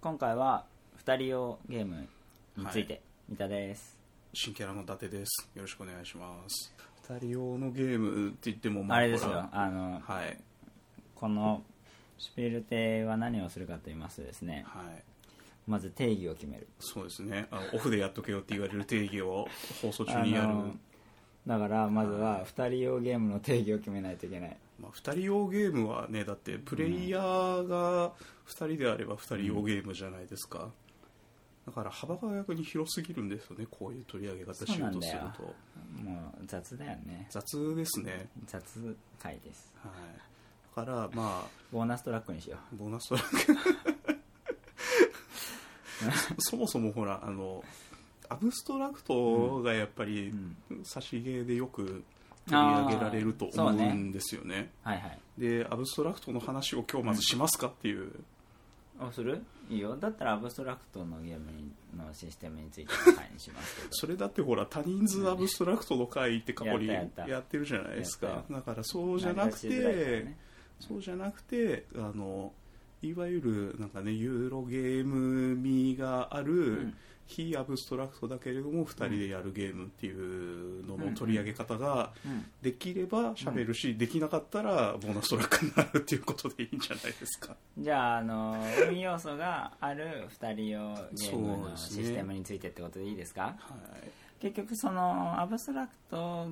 今回は2人用ゲームについて、三田です新キャラの伊達ですよろしくお願いします二人用のゲームって言ってもまあれですほよらあのはいこのシュピルテは何をするかと言いますとですねはいまず定義を決めるそうですねあのオフでやっとけよって言われる定義を放送中あにやるのだからまずは2人用ゲームの定義を決めないといけないまあ、2人用ゲームはねだってプレイヤーが2人であれば2人用ゲームじゃないですか、だから幅が逆に広すぎるんですよねこういう取り上げ方しようとするそうともう雑だよね雑ですね雑回ですはいだからまあボーナストラックにしよボーナストラック そもそもほらあのアブストラクトがやっぱりう、うん、差し芸でよく取り上げられると思うんですよねはいはいでアブストラクトの話を今日まずしますかっていう、あするいいよだったらアブストラクトのゲームにのシステムについての回にしますけどそれだってほら他人数アブストラクトの会って過去にやったやったやってるじゃないですやかっただからそうじゃなく成て、り立ちづらいからねそうじゃなくてあのいわゆるなんかねユーロゲーム味がある、ん非アブストラクトだけれども2人でやるゲームっていうのの取り上げ方がうんできれば喋るし、できなかったらボーナストラックになるっていうことでいいんじゃないですかじゃあ、あの運要素がある2人用ゲームのシステムについてってことでいいですかはい結局そのアブストラクト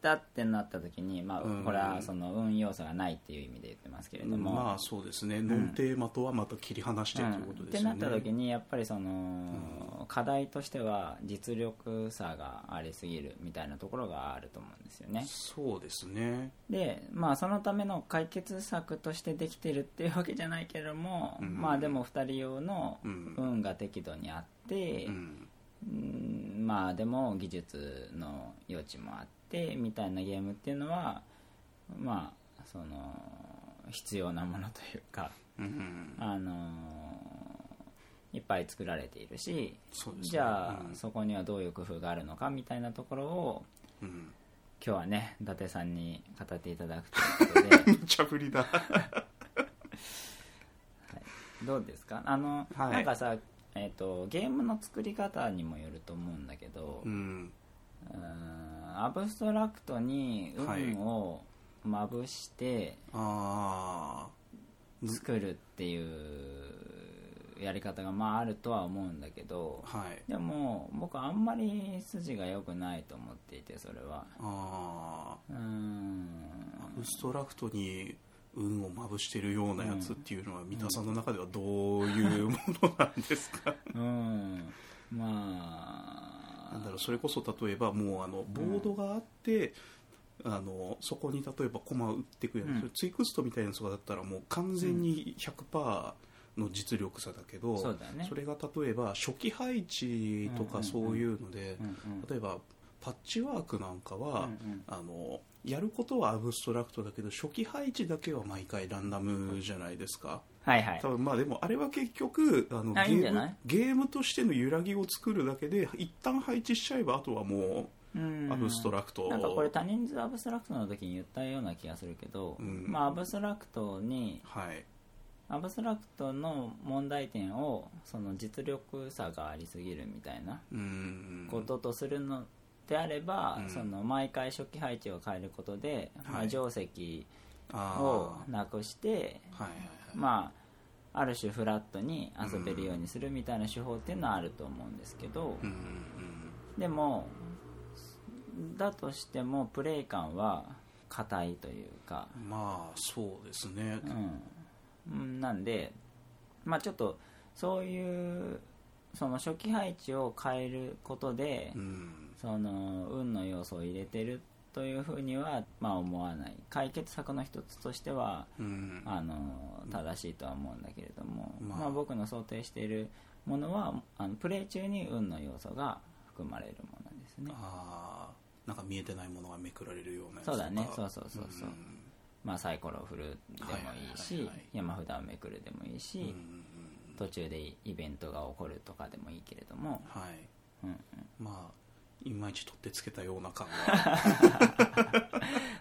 だってなった時に、まあうんこれはその運要素がないっていう意味で言ってますけれども、まあそうですね、ノンテーマとはまた切り離してということですうんよってなっね、た時にやっぱりその、課題としては実力差がありすぎるみたいなところがあると思うんですよねそうですねでまあそのための解決策としてできてるっていうわけじゃないけれども、うんまあでも2人用のうん運が適度にあって、うんうんまあでも技術の余地もあってみたいなゲームっていうのはまあその必要なものというか、うんあのいっぱい作られているしそうですねじゃあ、うんそこにはどういう工夫があるのかみたいなところをうん 今日はね伊達さんに語っていただくという ことで無茶ぶりだどうですかあの、はいなんかさ、えっとゲームの作り方にもよると思うんだけど、うんうーんアブストラクトに運をまぶしてあ作るっていうやり方がまああるとは思うんだけどあはいでも僕あんまり筋が良くないと思っていてそれはあうーんあアブストラクトに運をまぶしてるようなやつっていうのは三田さんの中ではどういうものなんですか、うんまなんだあろうそれこそ例えばもうあのボードがあって、あのそこに例えば駒を打っていくやつ、うんツイクストみたいなやつとかだったらもう完全に100%の実力差だけど、そうだよねれが例えば初期配置とうんうんうんかそういうので、うんうん例えばパッチワークなんかは、うんうんあのやることはアブストラクトだけど初期配置だけは毎回ランダムじゃないですか。はいはい多分まあでもあれは結局あのあいいんじゲゃーなムいゲームとしての揺らぎを作るだけで一旦配置しちゃえばあとはもうんうアブストラクト、なんかこれ他人数アブストラクトの時に言ったような気がするけど、うんまあアブストラクトにはいアブストラクトの問題点をその実力差がありすぎるみたいなうーんこととするのであれば、うんその毎回初期配置を変えることで、まはあ、い定石をあーなくしてはいはいはいまあある種フラットに遊べるようにするみたいな手法っていうのはあると思うんですけど、うんでもだとしてもプレイ感は硬いというか、うんまあそうですねうんうん、なんで、まあ、ちょっとそういうその初期配置を変えることで、うんその運の要素を入れてるというふうには、まあ、思わない解決策の一つとしてはうんあの正しいとは思うんだけれども、まあまあ、僕の想定しているものはあのプレイ中に運の要素が含まれるものですね、あーなんか見えてないものがめくられるようなやつとそかうだねそうそうそうそうまあ、サイコロを振るでもいいはいしはいはいはい山札をめくるでもいいし、うんうんうん途中でイベントが起こるとかでもいいけれども、はいうんうん、まあいまいち取ってつけたような感 が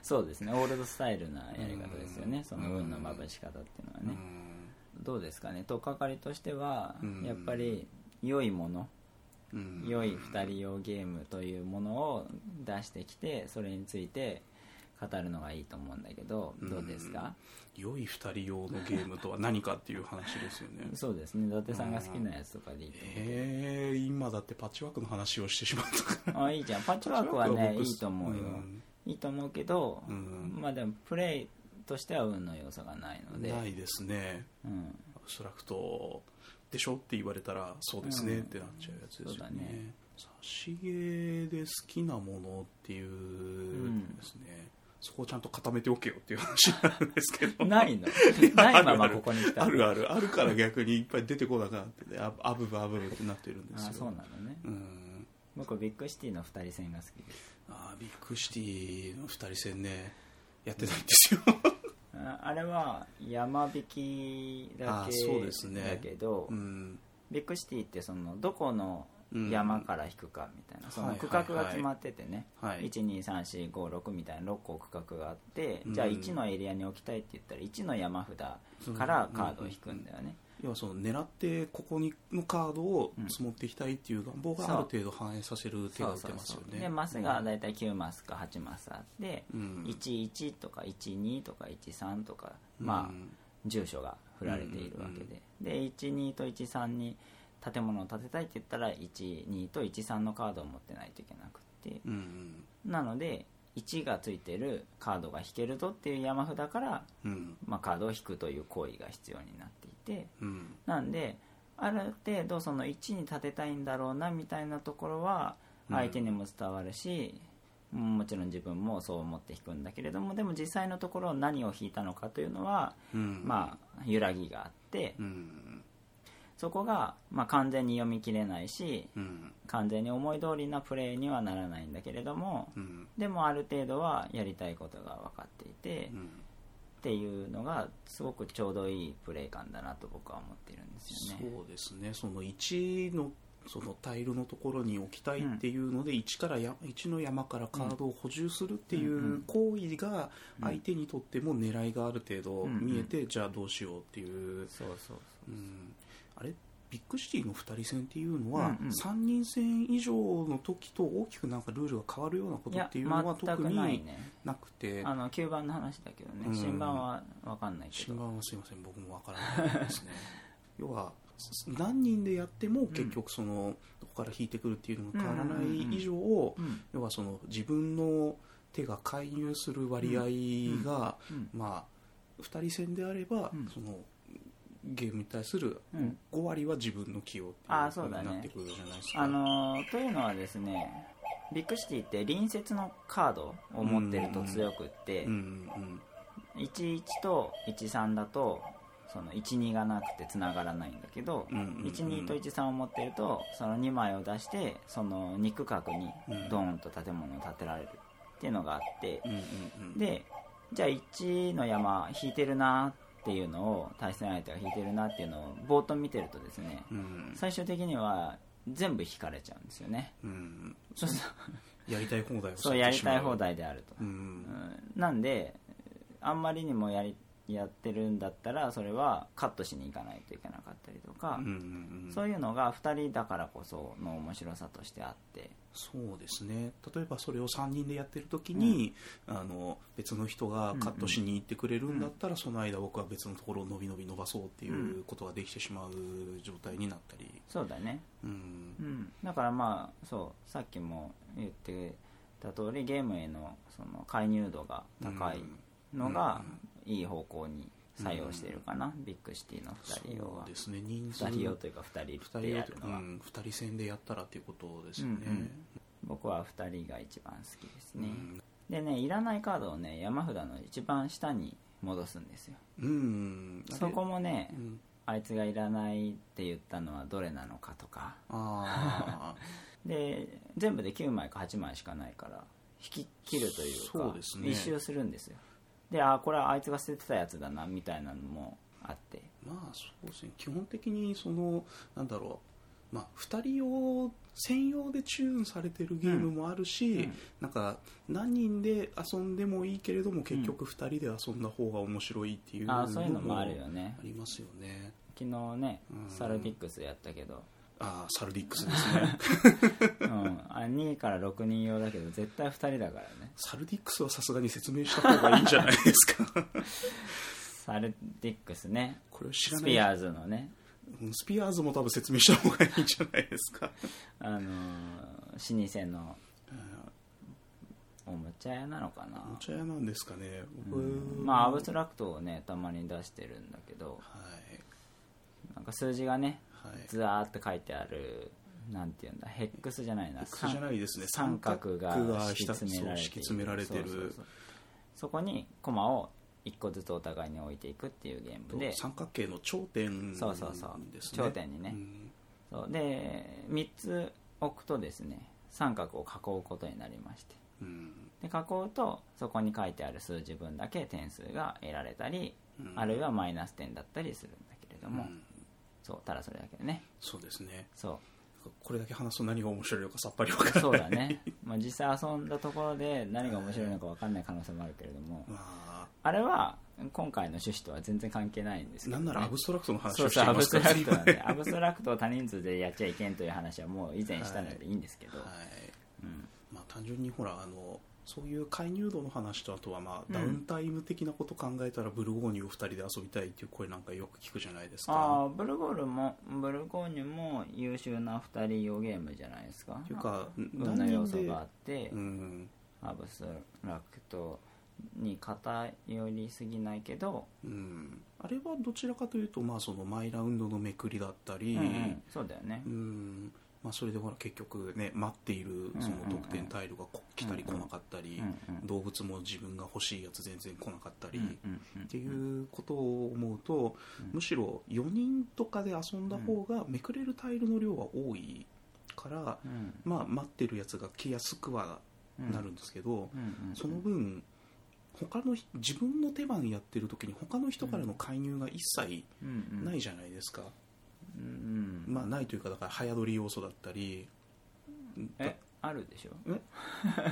そうですねオールドスタイルなやり方ですよね、うんその運のまぶし方っていうのはうね、んどうですかねとっかかりとしてはうんやっぱり良いものうん良い2人用ゲームというものを出してきてそれについて語るのがいいと思うんだけどどうですか、良い2人用のゲームとは何かっていう話ですよねそうですね伊達さんが好きなやつとかでいいとえー、今だってパッチワークの話をしてしまったから思うあいいじゃんパッチワークはね僕いいと思うよ、んいいと思うけど、うんまあでもプレイとしては運の要素がないのでないですねうん、アブストラクトでしょって言われたらそうですねってなっちゃうやつですそうよだね,、ね差し毛で好きなものっていうんですね、そこをちゃんと固めておけよっていう話なんです けどないのないま まあるあるここに来たあるあるあるから逆にいっぱい出てこなくなってねあアブブアブブってなってるんですよあそうなのねうん僕ビッグシティの2人戦が好きですあービッグシティの2人戦ねやってないんです よああれは山引きだあけそうですねだけど、うんビッグシティってそのどこの山から引くかみたいな、うんその区画が決まっててね、はい12345みたいな6個区画があって、うんじゃあ1のエリアに置きたいって言ったら1の山札からカードを引くんだよね、要はその狙ってここにのカードを積もっていきたいっていう願望がそうある程度反映させる手が打てますよねでマスがだいたい9マスか8マスあって、うん11とか12とか13とか、うんまあ住所が振られているわけで、で12と13に建物を建てたいって言ったら12と13のカードを持ってないといけなくってうんうんなので1がついてるカードが引けるぞっていう山札から、うんまあ、カードを引くという行為が必要になっていてうんなんである程度その1に立てたいんだろうなみたいなところはうん相手にも伝わるし、もちろん自分もそう思って引くんだけれどもでも実際のところ何を引いたのかというのは、うんまあ揺らぎがあってうんそこが、まあ、完全に読み切れないしうん完全に思い通りなプレーにはならないんだけれどもうんでもある程度はやりたいことが分かっていてうんっていうのがすごくちょうどいいプレー感だなと僕は思ってるんですそよね。うですねその1のそのタイルのところに置きたいっていうので、1, からや1の山からカードを補充するっていんうんううん行為が相手にとっても狙いがある程度見えて、じゃあどうしようっていう、そうそうそううんあれビッグシティの2人戦っていうのは、うんうん3人戦以上の時と大きくなんかルールが変わるようなことっていうのは特いや全くないにねなくてあの9番の話だけどね、うん新版は分かんないけ新ど版はすいません僕もわからないですね要は何人でやっても結局その、どこから引いてくるっていうのが変わらなうんうんうんうんい以上、うん要はその自分の手が介入する割合が、うんまあ2人戦であれば、うんそのゲームに対するうん5割は自分の起用っていあうーそうだねになってくるじゃないですか。あのーというのはですねビッグシティって隣接のカードを持ってると強くって、うんうん11と13だとその12がなくてつながらないんだけど、うんうんうん12と13を持ってるとその2枚を出してその2区画にドーンと建物を建てられるっていうのがあってうんうんうんうん、でじゃあ1の山引いてるなっていうのを対戦相手が引いてるなっていうのをぼーっと見てるとですねうん最終的には全部引かれちゃうんですよねうん、そうやりたい放題をそうやりたい放、題であるとううんんなんであんまりにもやりやってるんだったらそれはカットしに行かないといけなかったりとうかん、うんうん、そういうのが2人だからこその面白さとしてあってそうですね例えばそれを3人でやってる時に、あの別の人がカットしに行ってくれるんだったら、その間僕は別のところを伸び伸び伸ばそうっていうことができてしまう状態になったり、そうだねうんうん、だからまあそうさっきも言ってた通りゲームへのその介入度が高いのがいい方向に作用してるかな、ビッグシティのそ2人用はうですね人数2人用というか2人2人で用やといるうかのうは、ん、2人戦でやったらっていうことですよね、うんうん僕は2人が一番好きですね、うんでねいらないカードをね山札の一番下に戻すんですようんあれそこもね、うんあいつがいらないって言ったのはどれなのかとかあ あで全部で9枚か8枚しかないから引き切るというかそうですね一周するんですよでああこれはあいつが捨ててたやつだなみたいなのもあってまあそうですね基本的にそのなんだろうまあ、2人用専用でチューンされてるゲームもあるし、うんなんか何人で遊んでもいいけれども結局2人で遊んだ方が面白いっていうああそういうのもあるよねありますよね昨日ねうんサルビックスやったけど、ああサルディックスですね うん、あ2から6人用だけど絶対2人だからねサルディックスはさすがに説明した方がいいんじゃないですか サルディックスねこれを知らスないピアーズのねうんスピアーズも多分説明した方がいいんじゃないで すかあのー老舗のうんおもちゃ屋なのかなお茶屋なんですかね僕、うんまあアブストラクトをねたまに出してるんだけどはいなんか数字がねはいずわーって書いてあるなんていうんだヘックスじゃないな X じゃないですね三角が敷き詰められている敷き詰められてるそうそうそうそこにコマを1個ずつお互いに置いていくっていうゲームで三角形の頂点ですねそうそうそう頂点にねうんそうで3つ置くとですね三角を囲うことになりましてうんで囲うとそこに書いてある数字分だけ点数が得られたり、うんあるいはマイナス点だったりするんだけれども、うんそうただそれだけでねそうですねそこれだけ話すと何が面白いのかさっぱりわからなういそうだね、まあ、実際遊んだところで何が面白いのか分かんない可能性もあるけれども、 まあれは今回の趣旨とは全然関係ないんですあけどなね、んならアブストラクトの話そうをしそうアていまブすスかトらラクトなんでアブストラクトを多人数でやっちゃいけんという話はもう以前したのでいいんですけど、はいうんまあ、単純にほらあのそういう介入度の話とあとはまうあんダウンタイム的なこと考えたらブルゴーニュを2人で遊びたいっていう声なんかよく聞くじゃないですあか。あブルゴールもブルゴーニュも優秀な2人用ゲームじゃないですかというかどんな何要人素でがあって、うんアブストラクトに偏りすぎないけど、うん、あれはどちらかというと、まあ、そのマイラウンドのめくりだったり、うんうんそうだよね、うんまあ、それでほら結局、ね、待っているその得点タイルがこ来たり来なかったり、うんうん動物も自分が欲しいやつ全然来なかったり、うんっうんうんていうことを思うと、うんむしろ4人とかで遊んだ方がめくれるタイルの量は多いから、うんまあ、待ってるやつが来やすくはうんなるんですけど、うんうんうんその分他の人自分の手番やってる時に他の人からの介入が一切うんうんないじゃないですか、うんうんまあないというかだから早撮り要素だったりえあるでしょえ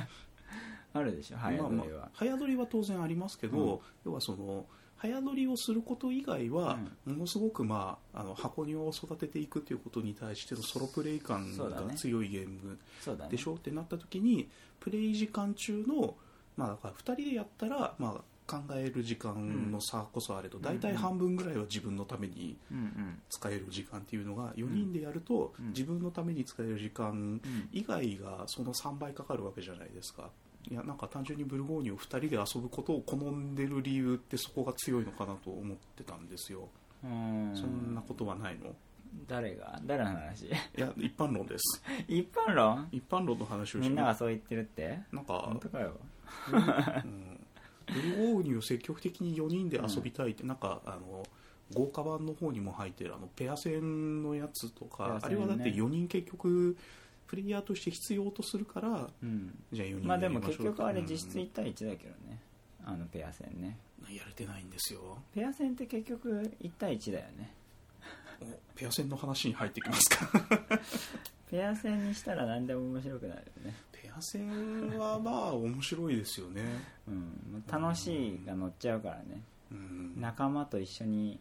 あるでしょまあ早撮りは、まあ早撮りは当然ありますけど、うん要はその早撮りをすること以外は、ものすごく、まあ、あの箱庭を育てていくということに対してのソロプレイ感そうだがね強いゲームそうだねでしょってなった時にプレイ時間中の、まあ、だから2人でやったら、まあ、考える時間の差こそあれと、うん大体半分ぐらいは自分のためにうんうん使える時間っていうのが4人でやると、うん自分のために使える時間うん以外がその3倍かかるわけじゃないですか。いやなんか単純にブルゴーニュを2人で遊ぶことを好んでる理由ってそこが強いのかなと思ってたんですよ、うんそんなことはないの誰が誰の話 いや一般論です一般論一般論の話をみしんてながそう言ってるってなんか本当かようんブルゴーニュを積極的に4人で遊びたいって、なんかあの豪華版の方にも入ってるあのペア戦のやつとか、ペあア戦れねはだって4人結局プレイヤーとして必要とするからうんじゃあ4人まあでやりもしょう結局あれ実質うん1対1だけどねあのペア戦ねやれてないんですよペア戦って結局1対1だよねおペア戦の話に入ってきます かペア戦にしたら何でも面白くなるよね、ペア戦はまあ面白いですよね、うん、楽しいが乗っちゃうからねうん、仲間と一緒に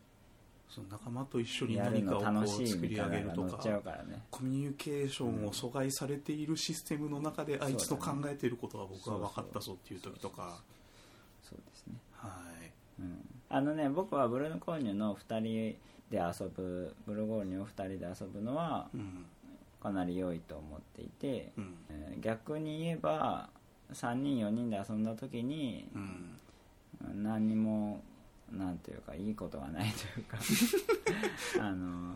その仲間と一緒にやる何かのを楽こしうい作みりたい上なげるのがと乗かっちゃうからねコミュニケーションを阻害されているシステムの中で、あいつと考えていることは僕は分かったぞっていう時とかそうですねはいうんあのね僕はブルゴーニュの2人で遊ぶブルゴーニュを2人で遊ぶのはうんかなり良いと思っていて、うんえー逆に言えば3人4人で遊んだ時にうんうん何にもなんていうかいいことがないというか あの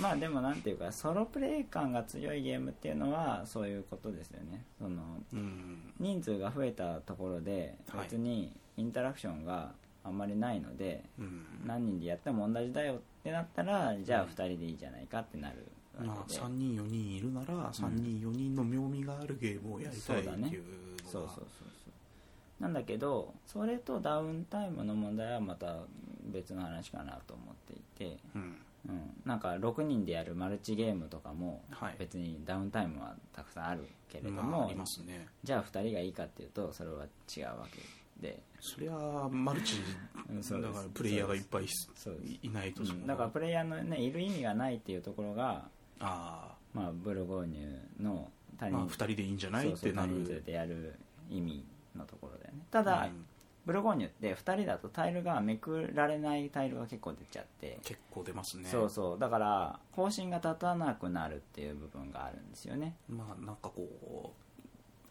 まあでもなんていうかソロプレイ感が強いゲームっていうのはそういうことですよねそのうん人数が増えたところではい別にインタラクションがあんまりないので、うん何人でやっても同じだよってなったらじゃあうん2人でいいじゃないかってなるまわあけで、 3人4人いるなら3人4人の妙味があるゲームをやりたいってそいうのうがそうそうそうなんだけどそれとダウンタイムの問題はまた別の話かなと思っていてうんうん、なんか6人でやるマルチゲームとかもはい別にダウンタイムはたくさんあるけれどまも、あ、ありますねじゃあ2人がいいかっていうとそれは違うわけでそりゃマルチうんそうだですからプレイヤーがいっぱいしそうですいないとそのだからプレイヤーの、ね、いる意味がないっていうところが、あまあ、ブルゴーニュの他あ人,、まあ2人でいいんじゃないそうっそうてな他る人数でやる意味のところだよねただ、うんブルゴーニュって2人だとタイルがめくられないタイルが結構出ちゃって、結構出ますねそうそうだから方針が立たなくなるっていう部分があるんですよねまあなんかこう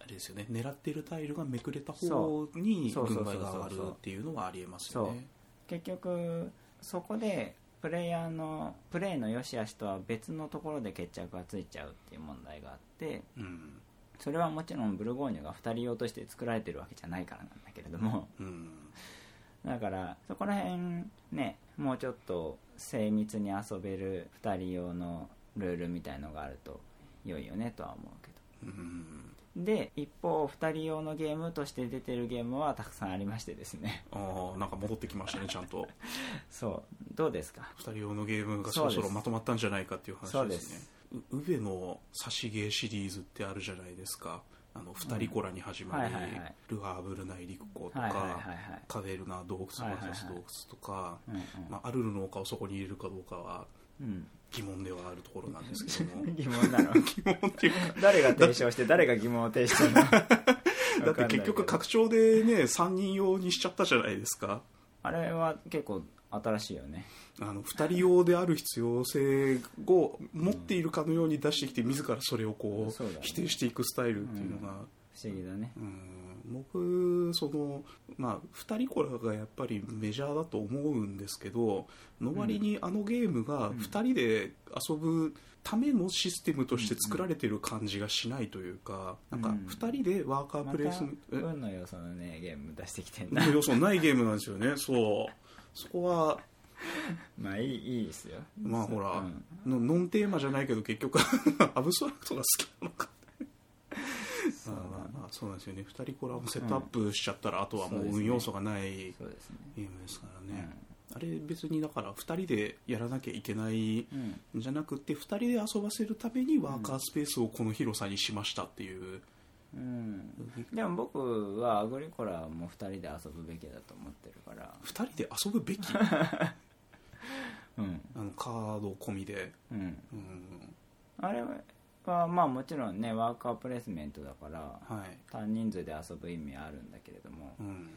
あれですよね狙っているタイルがめくれたそ方にそう軍そうそうそう配が上がるっていうのはありえますよね結局そこでプレイヤーのプレイの良し悪しとは別のところで決着がついちゃうっていう問題があってうんそれはもちろんブルゴーニュが2人用として作られてるわけじゃないからなんだけれどもうんだからそこら辺ねもうちょっと精密に遊べる2人用のルールみたいのがあると良いよねとは思うけどうんで一方2人用のゲームとして出てるゲームはたくさんありましてですね ああなんか戻ってきましたねちゃんとそうどうですか2人用のゲームがそろそろまとまったんじゃないかっていうそう話でですねすう宇部の差し芸シリーズってあるじゃないですかあの二人コラに始まり、はいはいはいルアーブルナイリクコとか、はいはいはいはいカデルナ洞窟 VS はいはいはい洞窟とか、うんうんまあ、アルルの丘をそこに入れるかどうかはうん疑問ではあるところなんですけども 疑問なの疑問っていうか誰が提唱して誰が疑問を提唱 してるのだわって結局かんないけど拡張でね3人用にしちゃったじゃないですかあれは結構新しいよねあの2人用である必要性を持っているかのように出してきて自らそれをこうそうだね否定していくスタイルっていうのが、不思議だねうん僕その、まあ、2人これがやっぱりメジャーだと思うんですけどの割にあのゲームが2人で遊ぶためのシステムとして作られてる感じがしないというか、うんなんか2人でワーカーまプたレイス、え運の要素のねゲーム出してきて んな の要素ないゲームなんですよねそうそこはまあいいいいですよまあほら、うんのノンテーマじゃないけど結局 アブストラクトが好きなのかそうだまあまあまあそうなんですよね2人コラボセットアップしちゃったら、あとはもう運要素がないそうですねゲームですからね、あれ別にだから2人でやらなきゃいけないうんんじゃなくて2人で遊ばせるためにワーカースペースをこの広さにしましたっていう、うんでも僕はアグリコラも2人で遊ぶべきだと思ってるから2人で遊ぶべ きうんあのカード込みで、うんうん、あれはまあもちろんねワーカープレイスメントだからはい、単人数で遊ぶ意味はあるんだけれどもうん、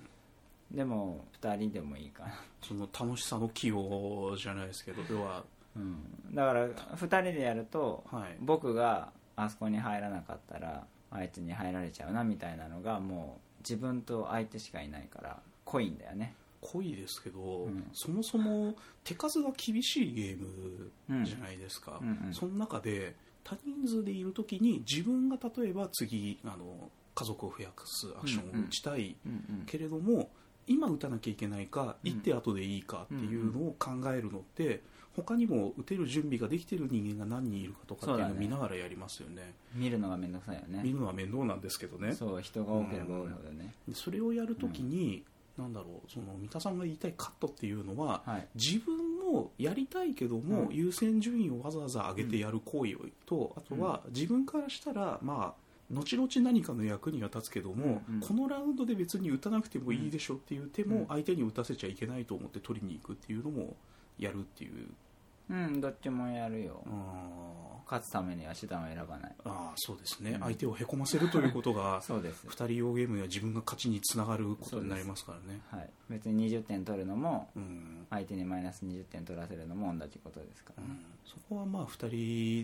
でも2人でもいいかな、その楽しさの起用じゃないですけど要はうん、だから2人でやるとはい僕があそこに入らなかったらあいつに入られちゃうなみたいなのがもう自分と相手しかいないから濃いんだよね濃いですけど、んそもそも手数が厳しいゲームじゃないですか、うんうんうんその中で多人数でいる時に自分が例えば次あの家族を増やすアクションを打ちたいうんうんけれども、今打たなきゃいけないかうん一手後でいいかっていうのを考えるのって他にも打てる準備ができてる人間が何人いるかとかっていうのそをうだね見ながらやりますよね見るのが面倒くさいよ見ねるのは面倒なんですけどねそう人が多ければ多いほどね、それをやるときに、なんだろうその三田さんが言いたいカットっていうのは、はい自分のやりたいけども、うん優先順位をわざわざ上げてやる行為をと、あとは自分からしたらまあ後々何かの役には立つけども、うんうんこのラウンドで別に打たなくてもいいでしょっていう手うんも相手に打たせちゃいけないと思って取りに行くっていうのもやるっていう、うんどっちもやるよあ勝つためには手段を選ばないーあーそうですね、うん相手をへこませるということ がそうです2人用ゲームには自分が勝ちにつながることになりますからね。はい別に20点取るのもうん相手にマイナス20点取らせるのも同じことですから、うんそこはまあ2人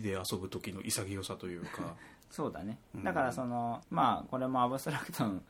で遊ぶ時の潔さとい うかそうだねうんだからその、まあこれもアブストラクトの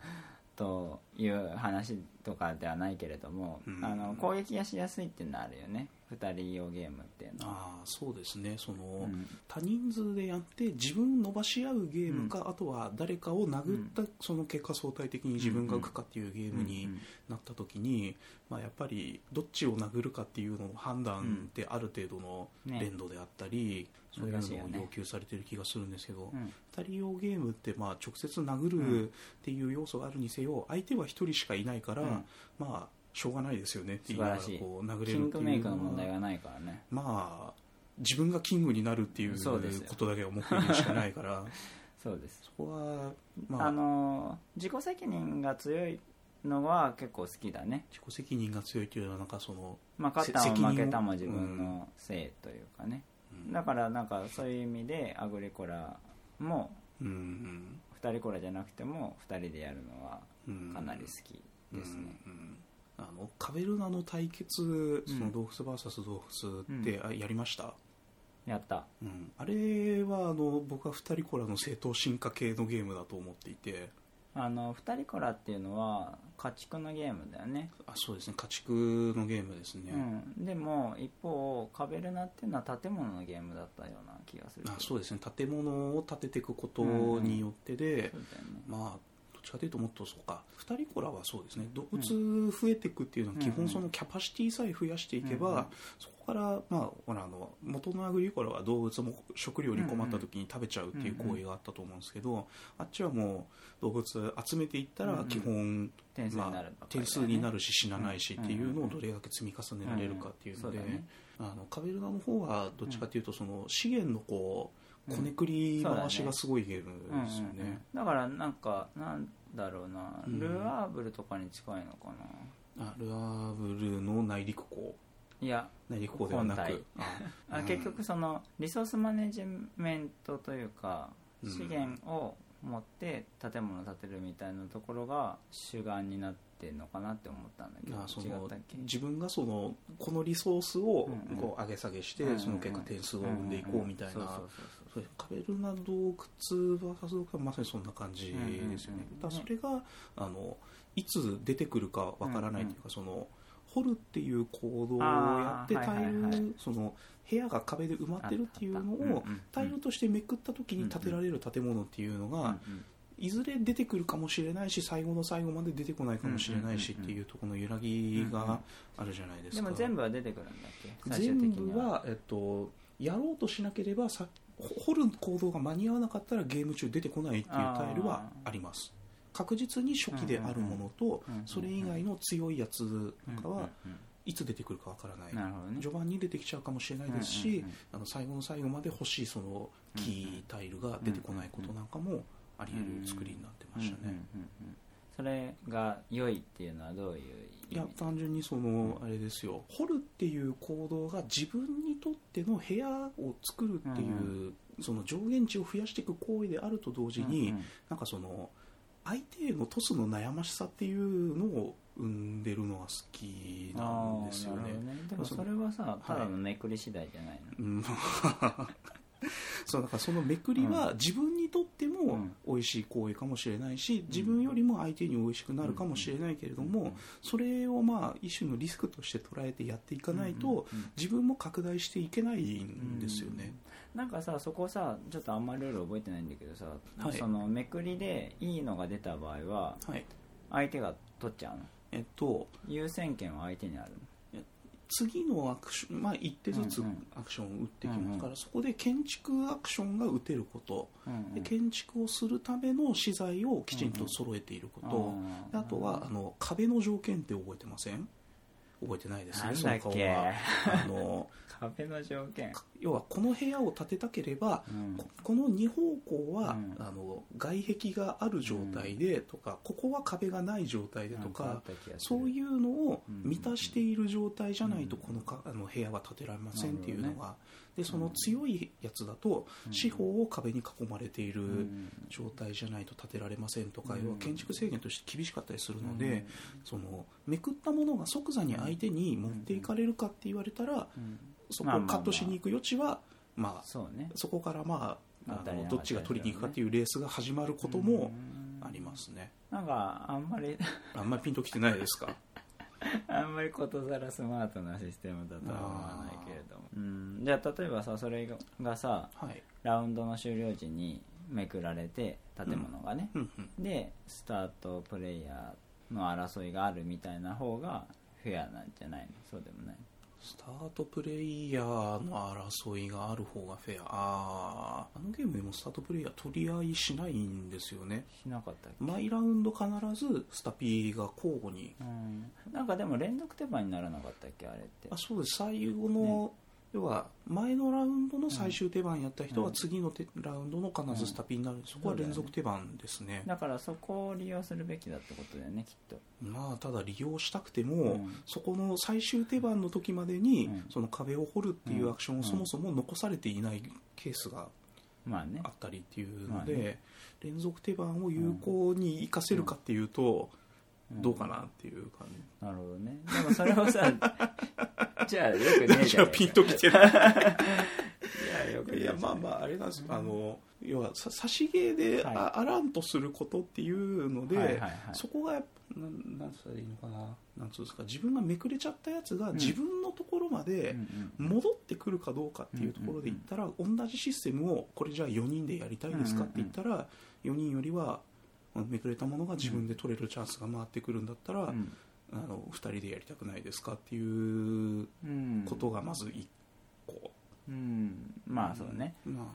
という話とかではないけれども、うんあの攻撃がしやすいっていうのはあるよね2人用ゲームっていうのは、ああそうですねその、うん多人数でやって自分を伸ばし合うゲームか、あとは誰かを殴った、その結果相対的に自分が浮くかっていうゲームになった時に、まあ、やっぱりどっちを殴るかっていうのの判断ってある程度のね連動であったり、そういう難しいよのをね要求されてる気がするんですけど、うん2人用ゲームってまあ直接殴るっていう要素があるにせよ相手は1人しかいないから、うんまあしょうがないですよねって言いながら素晴らしいこう殴れキるンってグいうメイクののは問題がないからねまあ自分がキングになるっていうそうですよことだけを目標にしかないから そうですそこはまああの自己責任が強いのは結構好きだね、自己責任が強いというのはなんかその、まあ、勝ったせ責も任を負けたも自分のせいというかね、うんだからなんかそういう意味でアグリコラもうん2人コラじゃなくても2人でやるのはうん、かなり好きですね、うんうんあのカベルナの対決そうんの洞窟 VS 洞窟って、あやりました、やったうん、あれはあの僕は2人コラの正当進化系のゲームだと思っていてあの2人コラっていうのは家畜のゲームだよね、あそうですね家畜のゲームですね、うん、でも一方カベルナっていうのは建物のゲームだったような気がするけどあそうですね建物を建てていくことうんによってで、そうだよねまあどっちかというともっとそうか2人コラはそうですね動物増えていくっていうのは基うんう本んそのキャパシティさえ増やしていけば、うんうんそこからまあほらあの元のアグリコラは動物も食料に困った時に食べちゃうっていう行為があったと思うんですけど、あっちはもう動物集めていったうんうらん基本、点数になるばっかりだよね点数になるし死なないしうんっていうのをどれだけ積み重ねられるかっていうので、うんそうだねあのカベルナの方はどっちかというとその資源のこうこねくり回しがすごいゲームですようんうんうねん。だからなんかなんだろうなうんルアーブルとかに近いのかな、あルアーブルの内陸港いや内陸港ではな本く体ああうん結局そのリソースマネジメントというかうん資源を持って建物を建てるみたいなところが主眼になってるのかなって思ったんだけどあそ違のったっけ自分がそのこのリソースをうんこう上げ下げして、うんうんその結果点数を生んでいこうみたいな、んんんそうそうそうそうですカベルナ洞窟 VS 洞窟はまさにそんな感じですよね、うんうんうんただそれがあのいつ出てくるかわからないというか、その掘るっていう行動をやってあータイル、はいはいはいその部屋が壁で埋まってるっていうのあったあっをたうんうんタイルとしてめくった時に建てられる建物っていうのが、うんうんいずれ出てくるかもしれないし最後の最後まで出てこないかもしれないしっうんうんうんうんていうところの揺らぎがあるじゃないですでか。も全部は出てくるんだっけ最終全的に部は、えっと、やろうとしなければさほ掘る行動が間に合わなかったらゲーム中出てこないっていうタイルはあります確実に初期であるものと、うんうんうんそれ以外の強いやつなんかは、うんうんうんいつ出てくるかわからない、なるほどね序盤に出てきちゃうかもしれないですし、うんうんうんあの最後の最後まで欲しいそのキータイルが出てこないことなんかもあり得る作りになってましたね、うんうんうんうんそれが良いっていうのはどういうい意や味単純にそのあれですよ掘るっていう行動が自分にとっての部屋を作るっていう、うその上限値を増やしていく行為であると同時に、うんうんなんかその相手へのトスの悩ましさっていうのを生んでるのは好きなんですよあーなるほね。どでもそれはさいただのめくり次第じゃないの、うん そうだからそのめくりは自分にとってうもん美味しい行為かもしれないし自分よりも相手に美味しくなるかもしれないけれども、それをまあ一種のリスクとして捉えてやっていかないと、うんうん自分も拡大していけないんですよね。なんかさそこさちょっとあんまりルール覚えてないんだけどさ、はいそのめくりでいいのが出た場合ははい、相手が取っちゃうのえっと優先権は相手にある次のアクション、まあ、1手ずつうんうんアクションを打ってきますから、うんうそこで建築アクションが打てること、の、うんで建築をするための資材をきちんと揃えていること、であとはあの壁の条件って覚えてません覚えてないですなねんそだっの顔けはあの 壁の条件、要はこの部屋を建てたければうんここの2方向は、うんあの外壁がある状態でとか、ここは壁がない状態でとなんあっか、た気がするそういうのをうん満たしている状態じゃないと、うんこのかあの部屋は建てられませんっていうなのるほが、でその強いやつだと、うん四方を壁に囲まれている。うん状態じゃないと建てられませんとか、うん要は建築制限として厳しかったりするので、うんそのめくったものが即座に相手に持っていかれるかって言われたら、うんそこをカットしに行く余地は、まあそうねそこからまあまたあやのがどっちが取りに行くかっていうレースが始まることもうんありますね。なんかあんまりあんまりピンときてないで すか。あんまりことさらスマートなシステムだとは思わないけれどもうんじゃあ例えばさそれがさはい。ラウンドの終了時にめくられて建物がね、うんうん。でスタートプレイヤーの争いがあるみたいな方がフェアなんじゃないのそうでもないスタートプレイヤーの争いがある方がフェアあーあのゲームでもスタートプレイヤー取り合いしないんですよねしなかったっけ毎ラウンド必ずスタピーが交互にうんなんかでも連続手番にならなかったっけあれってあそうです最後の、ね要は前のラウンドの最終手番やった人うはん次の手ラウンドの必ずスタピーになる、そこは連続手番ですねだからそこを利用するべきだってことだよねきっとまあただ利用したくても、うんそこの最終手番の時までに、うんその壁を掘るっていうアクションうをんそもそも残されていないケースがまあねあったりっていうので、まあ連続手番を有効に活かせるかっていうと、んどうかなっていう感じ、なるほどねでもそれを さじゃあよくねえじじゃゃんあピンときてないいやよくねえいじゃやんまあまああれなんです、あの要はさ差し芸で、はいああらんとすることっていうので、はいはいはいそこがやっぱなんなんつったらいいのかななんつうんですか自分がめくれちゃったやつがん自分のところまでうんうん戻ってくるかどうかっていうところで言ったら、同じシステムをこれじゃあ4人でやりたいですかって言ったら、4人よりはめくれたものが自分で取れるチャンスが回ってくるんだったら、うんあの2人でやりたくないですかっていううんことがまず1個、うんまあそうねまあ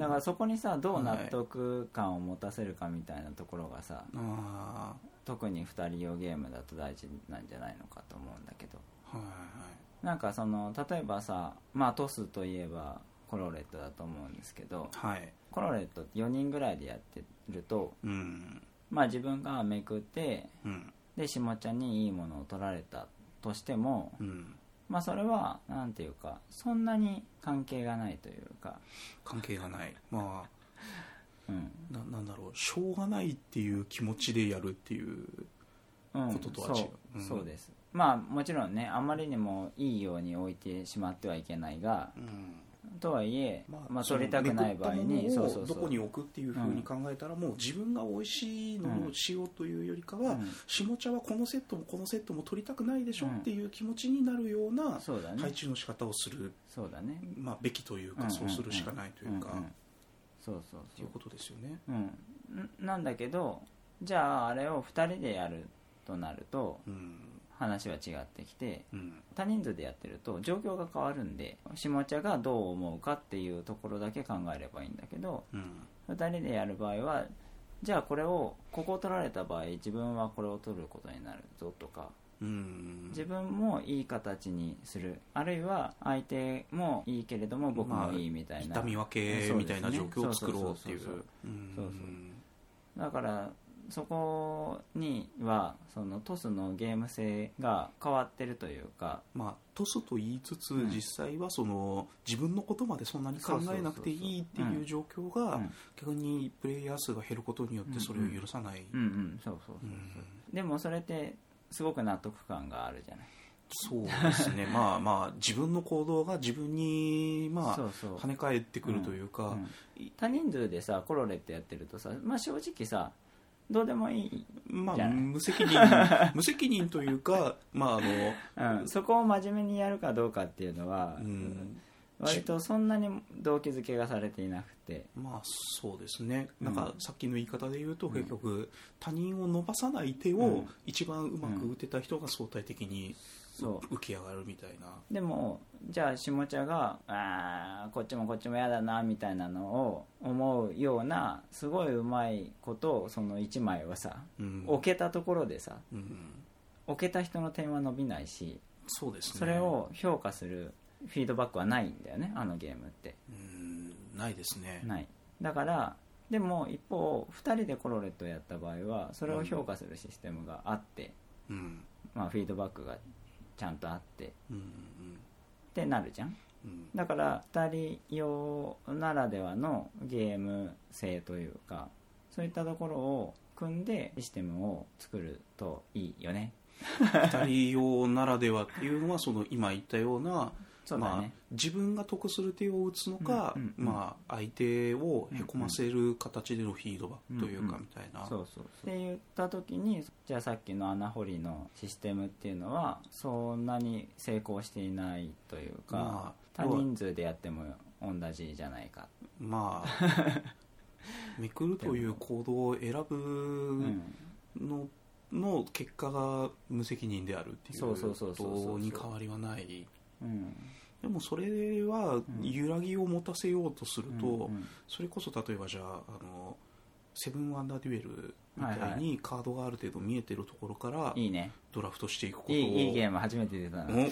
だからそこにさどう納得感を持たせるかみたいなところがさあ特に2人用ゲームだと大事なんじゃないのかと思うんだけどあはいなんかその例えばさまあトスといえばコロレットだと思うんですけどはいはいコロレット4人ぐらいでやってるとうんまあ自分がめくってうんで下ちゃんにいいものを取られたとしてもうんまあそれはなんていうかそんなに関係がないというか関係がないまうんあななんだろうしょうがないっていう気持ちでやるっていううんこととは違うそう,、うんそうですまあもちろんねあまりにもいいように置いてしまってはいけないがうんとはいえ、まあ取りたくない場合にそそううそそううどそこうに置くっていうふうに考えたら、もう自分が美味しいのをしようというよりかは、うん下茶はこのセットもこのセットも取りたくないでしょっていう気持ちになるようなそうだ配ね置の仕方をする、そうだねまあ、べきというか、うんそうするしかないというか、んんっそうそうてそいううことですよね。うんんなんだけどじゃああれを2人でやるとなるとうん話は違ってきてうん他人数でやってると状況が変わるんで下茶がどう思うかっていうところだけ考えればいいんだけどうん2人でやる場合はじゃあこれをここを取られた場合自分はこれを取ることになるぞとかうん自分もいい形にするあるいは相手もいいけれども僕もいいみたいな、痛み分けみたいな状況を作ろうっていうそうそうそううんそうそうだからそこにはそのトスのゲーム性が変わってるというかまあトスと言いつつ、うん実際はその自分のことまでそんなに考えなくていいってそうそうそうそういううん状況が、うん逆にプレイヤー数が減ることによってそれを許さない、うんうんそうそううそう、んでもそれってすごく納得感があるじゃない、そうですね まあまあ自分の行動が自分にまそうあそう跳ね返ってくるというか、うん他人数でさコロレットやってるとさ、まあ、正直さどうでもいい、まじゃああ無責任無責任というかまああ うの、ん、そこを真面目にやるかどうかっていうのは、うん、割とそんなに動機づけがされていなくてまあそうですねなんかうんさっきの言い方で言うとうん結局、他人を伸ばさない手うをん一番うまく打てた人が相対的にそ浮き上がるみたいな、うでもじゃあ下茶があーこっちもこっちも嫌だなみたいなのを思うようなすごいうまいことをその1枚をさうん置けたところでさうん置けた人の点は伸びないしそうですねそれを評価するフィードバックはないんだよねあのゲームってうんないですねないだからでも一方2人でコロレットをやった場合はそれを評価するシステムがあって、うんまあ、フィードバックがちゃんとあってっうんてなるじゃんうんうんだから2人用ならではのゲーム性というかそういったところを組んでシステムを作るといいよね二人用ならではっていうのはその今言ったようなそうだまあね、、自分が得する手を打つのか、うんうんうんまあ、相手をへこませる形でのフィードバックといううかんうんみたいな、そうそうそうって言った時にじゃあさっきの穴掘りのシステムっていうのはそんなに成功していないというか、まあ他人数でやっても同じじゃないか、まあ めくるという行動を選うぶんの,、の結果が無責任であるっていうそうそうそうそうそうことに変わりはないうんでもそれは揺らぎを持たせようとすると、うんそれこそ例えばじゃああのセブンワンダーデュエルみたいはいはにカードがある程度見えてるところからうんいいねドラフトしていくことをいいいいゲーム初めて出たなうんお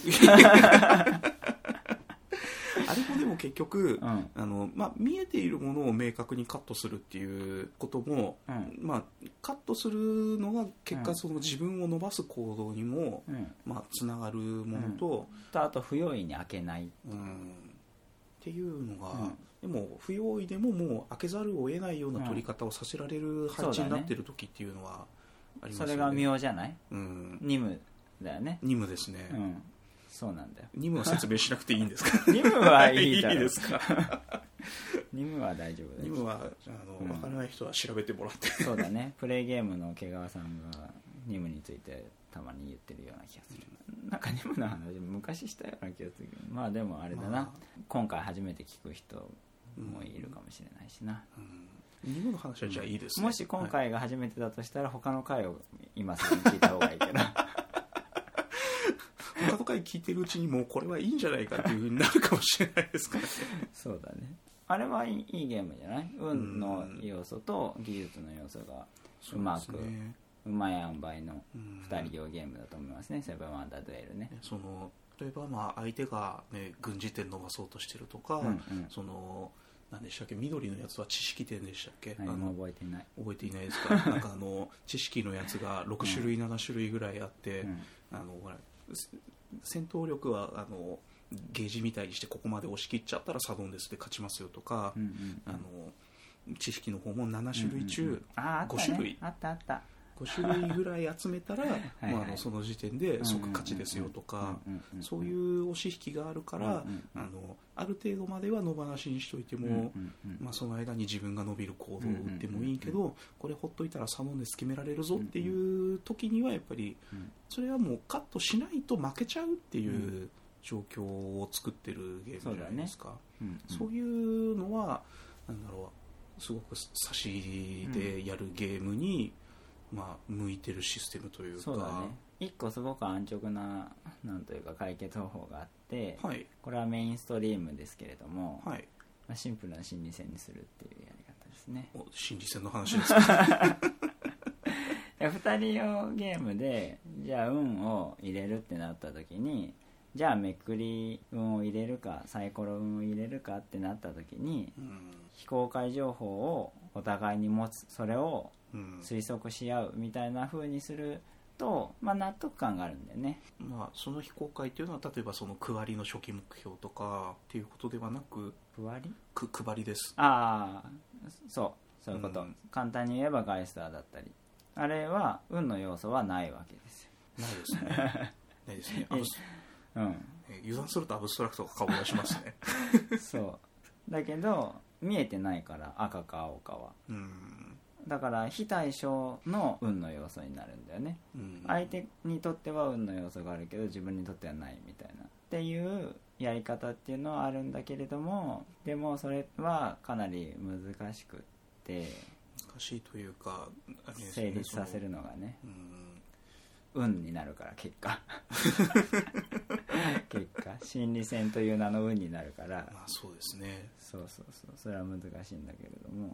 あれもでも結局、うんあのまあ、見えているものを明確にカットするっていうことも、うんまあ、カットするのが結う果んその自分を伸ばす行動にも、うんまあ、つながるものと、とあと不用意に開けないうんっていうのが、でも不用意でももう開けざるを得ないような取り方をさせられる配置になってる時っていうのはありますそよね。れが妙じゃないうん、任務だよね任務ですね、うんそうなんだよ任務は説明しなくていいんですか任務はいいだ いいろでうすか任務は大丈夫だ任よ務はあの、うん分からない人は調べてもらってそうだねプレイゲームの毛川さんが任務についてたまに言ってるような気がするなんか任務の話昔したような気がするけどまあでもあれだな、まあ今回初めて聞く人もいるかもしれないしな、うん任務の話はじゃあいいですね、もし今はい回が初めてだとしたら他の回を今すぐ聞いた方がいい けど他の回聞いてるうちにもうこれはいいんじゃないかっていうふうになるかもしれないで すからねそうだねあれはいいいいゲームじゃない運のうん要素と技術の要素がうまくそうですねうまい塩梅のうん2人用ゲームだと思いますね、セブンワンダードエルねその例えばまあ相手が、ね、軍事点伸ばそうとしてるとか、うんうんその何でしたっけ緑のやつは知識点でしたっけ、あ何もの覚えてない、覚えていないです かなんかあの知識のやつが6種類7種類ぐらいあって、うんあのほらせ戦闘力はあのゲージみたいにしてここまで押し切っちゃったらサドンデスで勝ちますよとか、うんうんあの知識の方も7種類中、うんうんうんああった、ね、 5種類あったあった5種類ぐらい集めた らはいまああのその時点で即勝ちですよとか、うんうんうんそういう押し引きがあるから、うんうんうんあのある程度までは野放しにしておいても、うんうんうんまあ、その間に自分が伸びる行動を打ってもいいけど、これほっといたらサモンで決められるぞっていう時にはやっぱりうんそれはもうカットしないと負けちゃうっていう状況を作ってるゲームじゃないですかうんうんそう,、いうのはなんだろうすごく差しでやるゲームに、まあ、向いてるシステムというかそうだね一個すごく安直ななんというか解決方法があって、はいこれはメインストリームですけれども、はいまあシンプルな心理戦にするっていうやり方ですねお心理戦の 話ですか2人用ゲームでじゃあ運を入れるってなった時にじゃあめくり運を入れるかサイコロ運を入れるかってなった時にうん非公開情報をお互いに持つそれをうん推測し合うみたいな風にすると、まあ、納得感があるんだよねまあ、その非公開というのは例えばその区割りの初期目標とかっていうことではなくふわりく区割りですああそうそういうこと、うん簡単に言えばガイスターだったりあれは運の要素はないわけですよないですね ないです ねアブスうえー油断するとアブストラクトが顔を出しますねんそうだけど見えてないから赤か青かはうん、だから非対称の運の要素になるんだよねうん、相手にとっては運の要素があるけど自分にとってはないみたいなっていうやり方っていうのはあるんだけれどもでもそれはかなり難しくって難しいというかあれですね成立させるのがねそのうん運になるから結 果結果心理戦という名の運になるからまあそうですねそうそうそうそれは難しいんだけれどもうん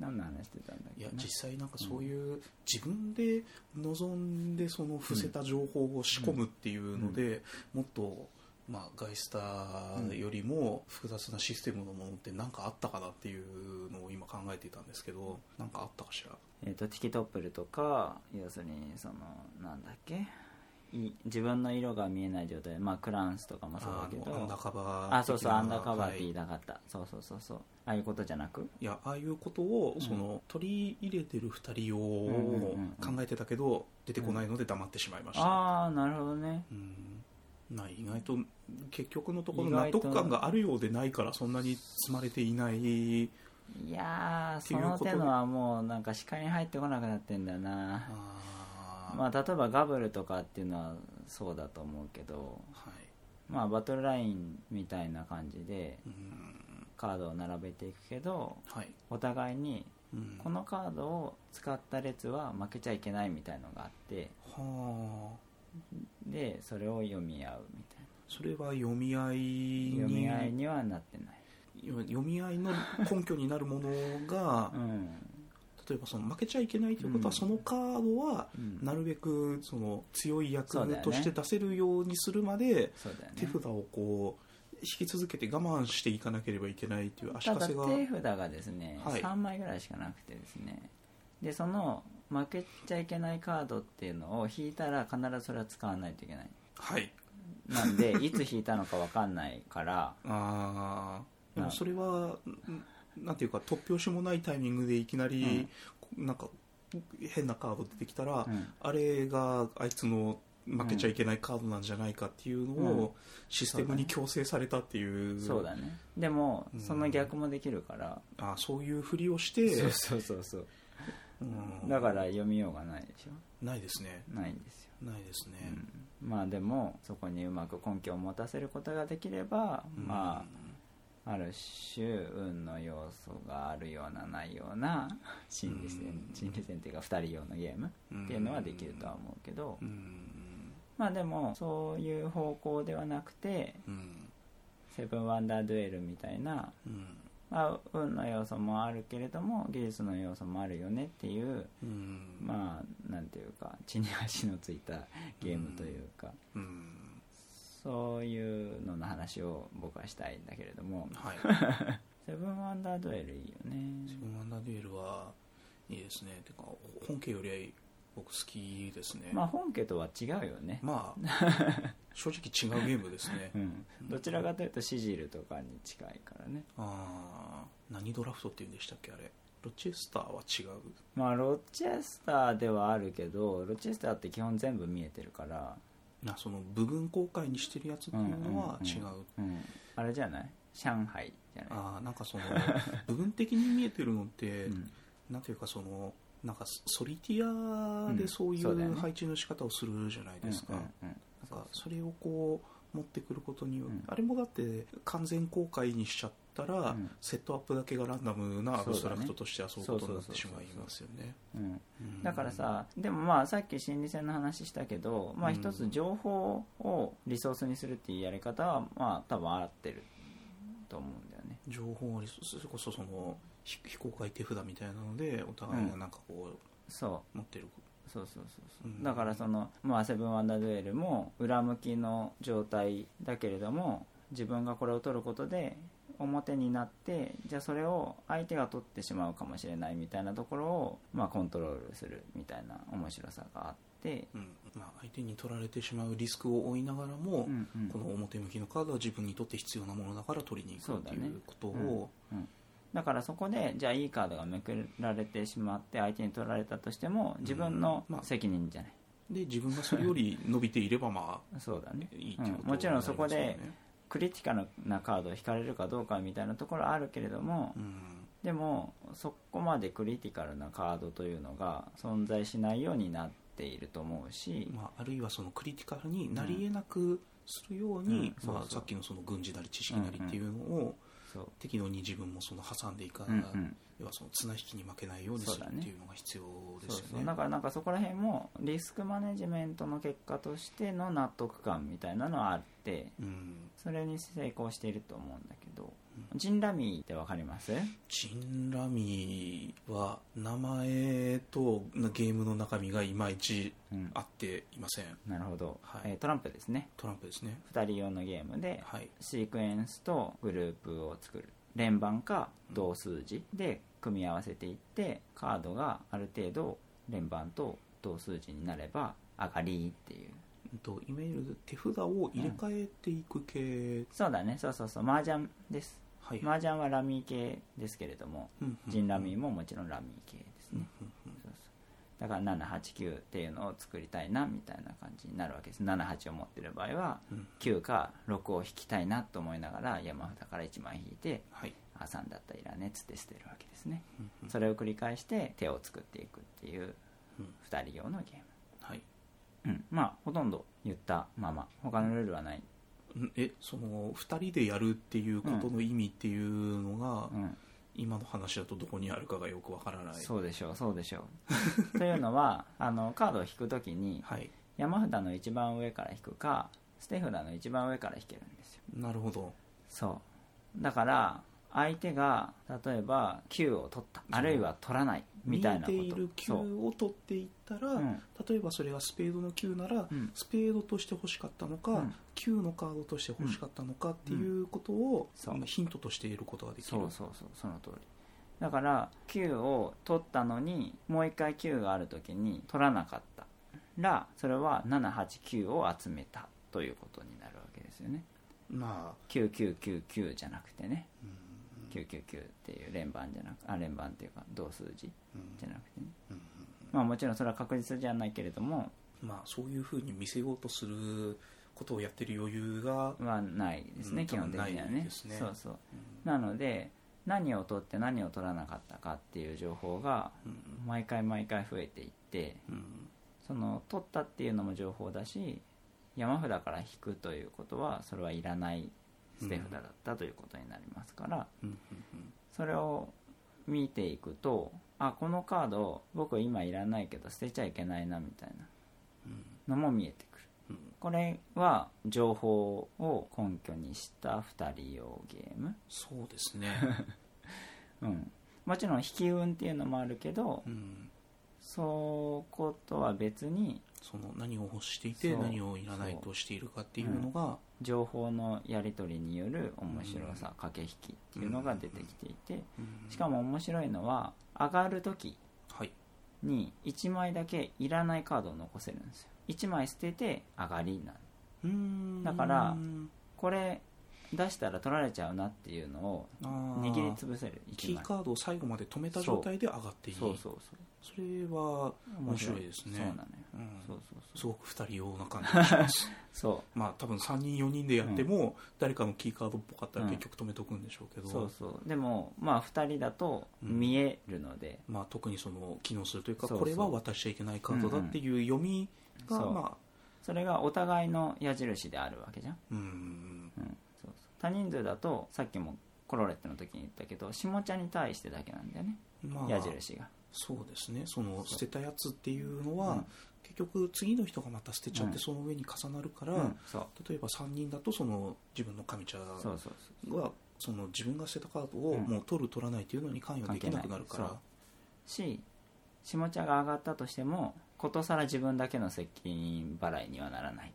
何の話してたんだっいけやな実際なんかそういう自分で望んでその伏せた情報を仕込むっていうので、もっとまあ、ガイスターよりも複雑なシステムのものって何かあったかなっていうのを今考えていたんですけど何かあったかしらえー、とティキトップルとか要するにそのなんだっけい自分の色が見えない状態まあクランスとかもそうだあけのアンどダーカバーあそうそうアンダーカバーって的な言いたかった、そうそうそうそうああいうことじゃなくいやああいうことをその、取り入れてる2人用を考えてたけど、出てこないので黙ってしまいました、ああなるほどねうんまあ、意外と結局のところ意外納と得感があるようでないからそんなに積まれていないいやーっそていうのことで手のはもうなんか視界に入ってこなくなってんだよなあーまあ例えばガブルとかっていうのはそうだと思うけどはいまあバトルラインみたいな感じでうんカードを並べていくけどはいお互いにうんこのカードを使った列は負けちゃいけないみたいのがあってはでそれを読み合うみたいなそれは読み合いに読み合いにはなってない、読み合いの根拠になるものがうん例えばその負けちゃいけないということは、うんそのカードはうんなるべくその強い役そうだよねとして出せるようにするまで、そうだよね手札をこう引き続けて我慢していかなければいけないという足たかだせが手札がですね、はい3枚ぐらいしかなくてですねでその負けちゃいけないカードっていうのを引いたら必ずそれは使わないといけないはいなんで いつ引いたのか分かんないからあーではもいそれはんなんていうか突拍子もないタイミングでいきなり、なんか変なカード出てきたら、うんあれがあいつの負けちゃいけないカードなんじゃないかっていうのうんをシステムに強制されたっていう、そうだねでもうんその逆もできるから、あそういうふりをしてそうそうそうそううんだから読みようがないでしょないですねないんですよ、ないですね、うんまあでもそこにうまく根拠を持たせることができれば、うんまあある種運の要素があるようなないような心理戦、うん心理戦っていうか2人用のゲームっていうのはできるとは思うけど、うんまあでもそういう方向ではなくてうんセブンワンダーデュエルみたいな、うんまあ、運の要素もあるけれども技術の要素もあるよねっていううんまあなんていうか地に足のついたゲームというか、うんそういうのの話を僕はしたいんだけれどもはいセブンワンダードエルいいよねセブンワンダーデュエルはいいですねてか本家より僕好きですねまあ本家とは違うよね、ま あ正直違うゲームですねうん、どちらかというとシジルとかに近いからねあー何ドラフトっていうんでしたっけあれロチェスターは違うまあロチェスターではあるけどロチェスターって基本全部見えてるから、なその部分公開にしてるやつっていうのは違う,、うんうん、あれじゃない上海じゃないああなんかそ の部分的に見えてるのって、うんなんていうかそのなんかソリティアでそういそうだようね配置の仕方をするじゃないですか、うんうんうんなんかそれをこう持ってくることによって、うんあれもだって完全公開にしちゃったら、うんセットアップだけがランダムなアブストラクトとして遊ぶことになっそてうしそうそうそうまいますよねうんだから、さでもまあさっき心理戦の話したけど、まあ、うん一つ情報をリソースにするっていうやり方はまあ多分合ってると思うんだよねうん情報をリソそれこそその非非公開手札みたいなのでお互いがなんかこうそ持ってる、うそうそうそうそううんだからその、まあ、セブンワンダーデュエルも裏向きの状態だけれども自分がこれを取ることで表になってじゃあそれを相手が取ってしまうかもしれないみたいなところを、まあ、コントロールするみたいな面白さがあって、うんまあ、相手に取られてしまうリスクを負いながらも、うんうんこの表向きのカードは自分にとって必要なものだから取りに行くっていうことそうだねをだからそこでじゃあいいカードがめくられてしまって相手に取られたとしても自分のうんまあ責任じゃない、で自分がそれより伸びていればまあそうだねいいっていうことになりますよね、うんもちろんそこでクリティカルなカードを引かれるかどうかみたいなところはあるけれどもうんでもそこまでクリティカルなカードというのが存在しないようになっていると思うし、まあ、あるいはそのクリティカルになりえなくするように、うんそまうあ、そうさっきのその軍事なり知識なりっていうのをそう適度に自分もその挟んでいか、うんうん要はその綱引きに負けないようにすそうるだねっていうのが必要でそうすそようねだ。からなんかそこら辺もリスクマネジメントの結果としての納得感みたいなのはあってうんそれに成功していると思うんだけど、うジンラミーってわかりますジンラミーは名前とゲームの中身がいまいちうん合っていませんなるほど、はいえートランプですねトランプですね2人用のゲームではいシークエンスとグループを作る連番か同数字で組み合わせていってカードがある程度連番と同数字になれば上がりっていううんといわゆる手札を入れ替えていく系、そうだねそうそうそう麻雀ですはい、麻雀はラミー系ですけれどもうんうんジンラミーももちろんラミー系ですねうんうんそうそうだから789っていうのを作りたいなみたいな感じになるわけです78を持ってる場合はうん9か6を引きたいなと思いながら山札から1枚引いてはいあ3だったらいらねっつって捨てるわけですねうんうんそれを繰り返して手を作っていくっていううん2人用のゲはいーム、うん、まあほとんど言ったまま他のルールはない、うんえその2人でやるっていうことの意味っていうのが、うん、今の話だとどこにあるかがよくわからないそうでしょうそうで しょうというのはあのカードを引くときにはい山札の一番上から引くかステフラーの一番上から引けるんですよなるほどそうだから相手が例えば9を取ったあるいは取らないみたいなこと見えている球そうを取っていったら、うん例えばそれがスペードの9なら、うんスペードとして欲しかったのか、うん9のカードとして欲しかったのかっていうことを、そうヒントとして得ることができるそうそうそうその通りだから9を取ったのにもう一回9がある時に取らなかったらそれは789を集めたということになるわけですよねまあ、 9999じゃなくてねうん999っていう連番じゃなくあ連番っていうか同数字うんじゃなくてねうんまあもちろんそれは確実じゃないけれどもまあ、そういうふうに見せようとすることをやってる余裕が、はないですね、うん基本的にはないねですねそうそううんなので何を取って何を取らなかったかっていう情報がうん毎回毎回増えていってうんその取ったっていうのも情報だし山札から引くということはそれはいらない捨て札だったということになりますから、うんうんそれを見ていくとあこのカード僕今いらないけど捨てちゃいけないなみたいなうんのも見えてくるうんこれは情報を根拠にした2人用ゲーム、そうです ね、うん、もちろん引き運っていうのもあるけどうん、そことは別にその何を欲していてそう何をいらないとしているかっていうのが、情報のやり取りによる面白さ、駆け引きっていうのが出てきていて、うんしかも面白いのは上がる時はいに1枚だけいらないカードを残せるんですよ1枚捨てて上がりなんだからこれ出したら取られちゃうなっていうのを握握りつぶせるキ1ー枚カードを最後まで止めた状態で上がっていいそうそうそうそれは、面白いですねそうなのよ、うんそうそうすそうごく2人用な感じがします そうまあ多分3人4人でやっても、誰かのキーカードっぽかったらうん結局止めとくんでしょうけど、そうそうでもまあ2人だとうん見えるので、まあ、特にその機能するというかそうそうこれは渡しちゃいけないカードだっていう読みが、そうまあそれがお互いの矢印であるわけじゃんうんうんそうそう多人数だとさっきもコロレットの時に言ったけど下茶に対してだけなんだよねまあ矢印がそうですねそのそう捨てたやつっていうのは、うん結局次の人がまた捨てちゃって、うんその上に重なるから、うんそう例えば3人だとその自分の神茶そはうそうそうその自分が捨てたカードをうんもう取る取らないというのに関与できなくなるから、関し下茶が上がったとしてもことさら自分だけの接近払いにはならない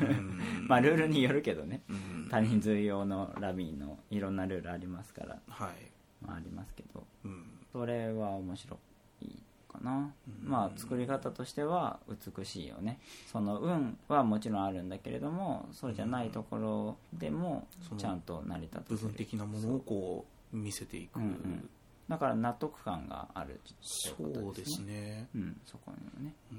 うんまあルールによるけどね うん多人数用のラビーのいろんなルールありますから、はい、まあ、ありますけどうんそれは面白いかな、うんまあ作り方としては美しいよねその運はもちろんあるんだけれどもそうじゃないところでもそのちゃんと成り立部たせ分る的なものをこう見せていく、うんうんだから納得感があるといそこうとですね、うんそこにね、うん、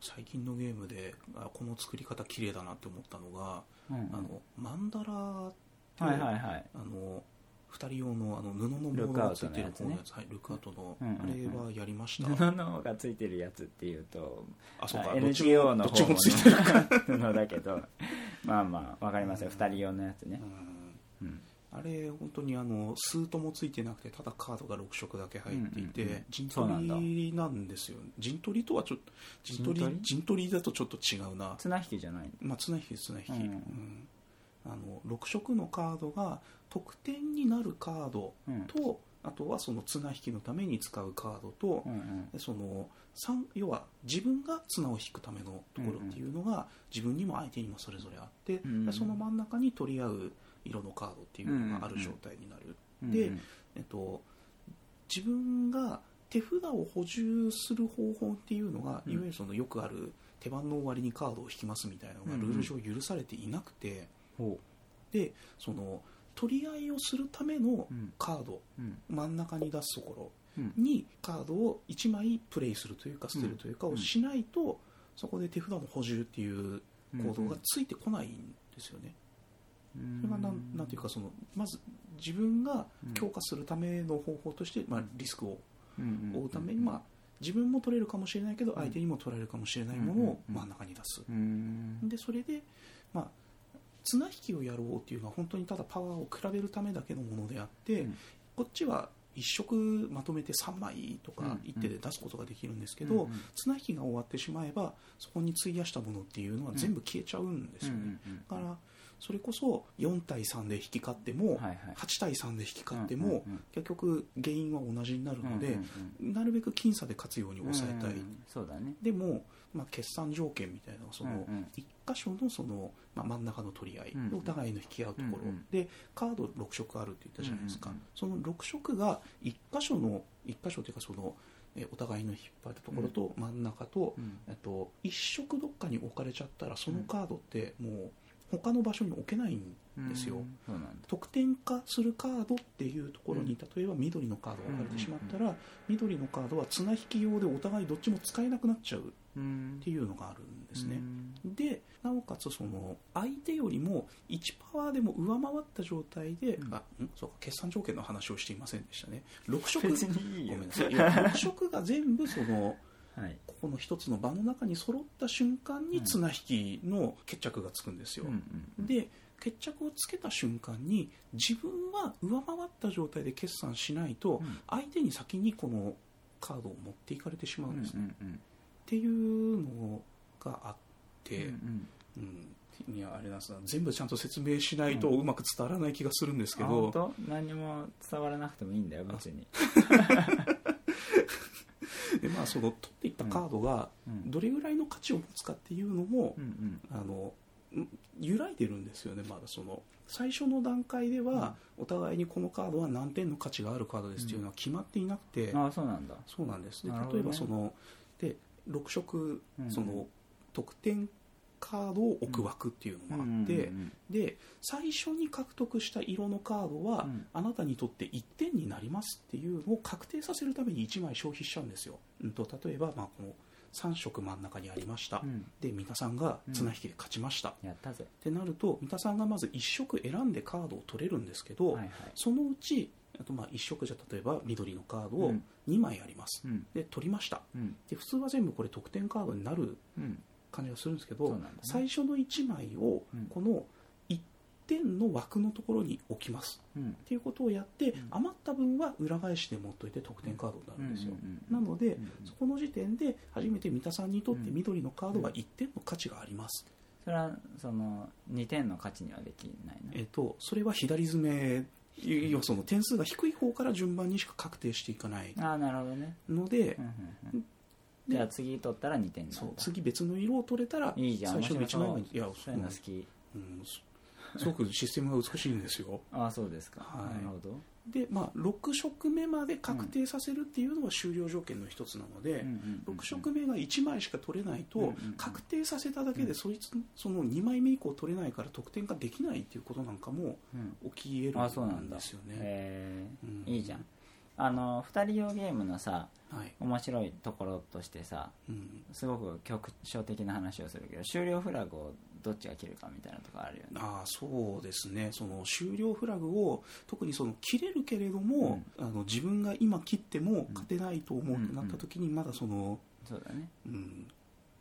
最近のゲームであこの作り方綺麗だなって思ったのが、うんあのマンダラって、はいはいはいあの2人用のあの布のルッものクアがウつトいのてやるつ方ねのやつはいルックアウトの、うんうんうんあれはやりました、布の方がついてるやつっていうとあそうかあどっち NGO ものどっち方ものついてる、布だけど まあまあわかりますよ2人用のやつねう、んうんあれ本当にあのスートもついてなくてただカードが6色だけ入っていて、うんうんうん陣そうなんだ取りなんですよ陣取りとはちょっと陣陣取り取り陣取りだとちょっと違うな綱引きじゃないまあ綱引きです綱引き、うんうんあの6色のカードが得点になるカードうんとあとはその綱引きのために使うカードと、うんうんでその三要は自分が綱を引くためのところっていうのが自分にも相手にもそれぞれあって、うんうんでその真ん中に取り合う色のカードっていうのがある状態になる、うんでえっと、自分が手札を補充する方法っていうのが、うんいわゆるそのよくある手番の終わりにカードを引きますみたいなのがうんうんルール上許されていなくて、ほでその取り合いをするためのううんカードうん真ん中に出すところうんにカードを1枚プレイするというか捨てるというかうんをしないと、そこで手札の補充っていう行動がついてこないんですよね、それがなんなんていうかそのまず自分が強化するための方法として、まあ、リスクを負うために、まあ、自分も取れるかもしれないけどん相手にも取られるかもしれないものをうん真ん中に出すうんでそれで、まあ、綱引きをやろうっていうのは本当にただパワーを比べるためだけのものであって、うんこっちは1色まとめて3枚とうんうかん1手で出すことができるんですけうんうどん綱引きが終わってしまえばそこに費やしたものっていうのは全部消えちゃうんですよねだからそれこそ4対3で引き勝ってはもいはい8対3で引き勝ってうんうんもうん結局原因は同じになるのうんでうんなるべく僅差で勝つようにうん抑えたいうんそうだねでも、まあ、決算条件みたいなそのうんうん一箇所のその、まあ、真ん中の取り合い、うんうんお互いの引き合うところ、うんうんでカード6色あるって言ったじゃないですか、うんうんうんその6色が一箇所の一箇所というかそのえお互いの引っ張るところと真ん中と、うんえっと一色どっかに置かれちゃったらそのカードってもう他の場所に置けないんですうよ。んそうなんだ得点化するカードっていうところに、例えば緑のカードが置かれてしまったら、緑のカードは綱引き用でお互いどっちも使えなくなっちゃううんっていうのがあるんですねう。んでなおかつその相手よりも1パワーでも上回った状態で、うんあんそうか決算条件の話をしていませんでしたね6色別にいいごよめんなさいいや6色が全部そのはいここの一つの場の中に揃った瞬間うにん綱引きの決着がつくんですよ、で決着をつけた瞬間に自分は上回った状態で決算しないと、うん相手に先にこのカードを持っていかれてしまうううんんんですね、うんっていうのがあっうて、んうん、いやあれなんですな全部ちゃんと説明しないとうまく伝わらない気がするんですけあど、本当何も伝わらなくてもいいんだよ別にでまあ、その取っていったカードがうんどれぐらいの価値を持つかっていうのも、うんうんあのん揺らいでるんですよねまだその最初の段階では、お互いにこのカードは何点の価値があるカードですっていうのは決まっていなくて、ああそうなんだそうなんです、ねなるほど例えねばそので6色うんその得点カードを置く枠っていうのもあって、うんで最初に獲得した色のカードは、うんあなたにとって1点になりますっていうのを確定させるために1枚消費しちゃうんですよ、うん、と例えば、まあ、この3色真ん中にありました、うんうんで三田さんが綱引きで勝ちました、っやったぜてなると三田さんがまず1色選んでカードを取れるんですけど、はいはいそのうちあとまあ1色じゃ例えば緑のカードうをん2枚あります、うんで取りましたうんで普通は全部これ得点カードになるうん感じがするんですけど、そうなんだね最初の1枚をうんこの1点の枠のところに置きますうんっていうことをやって、ん余った分は裏返しで持っといて得点カードになるんですよ、なので、うんそこの時点で初めて三田さんにとってうん緑のカードは1点の価値があります、それはその2点の価値にはできないなえっとそれは左詰め要はその点数が低い方から順番にしか確定していかないああなるほどねので、うんうんうんじゃあ次取ったら2点になそるうんだ次別の色を取れたらいいじゃん最初の面1白そ枚う目にいやそういうの好きうんすすごくシステムが美しいんで すよああそうですかはいなるほどで、まあ、6色目まで確定させるっていうのは終了条件の一つなので、6色目が1枚しか取れないと、うんうんうん確定させただけうでそいつその2枚目以降取れないから得点ができないっていうことなんかもうん起きえるあそうなんんだですよね。へうんえいいじゃんあの2人用ゲームのさはい面白いところとしてさうん、すごく局所的な話をするけど終了フラグをどっちが切るかみたいなとこあるよねああそうですねその終了フラグを特にその切れるけれども、あの自分が今切っても勝てないと思うってなった時にまだその、そうだねうん、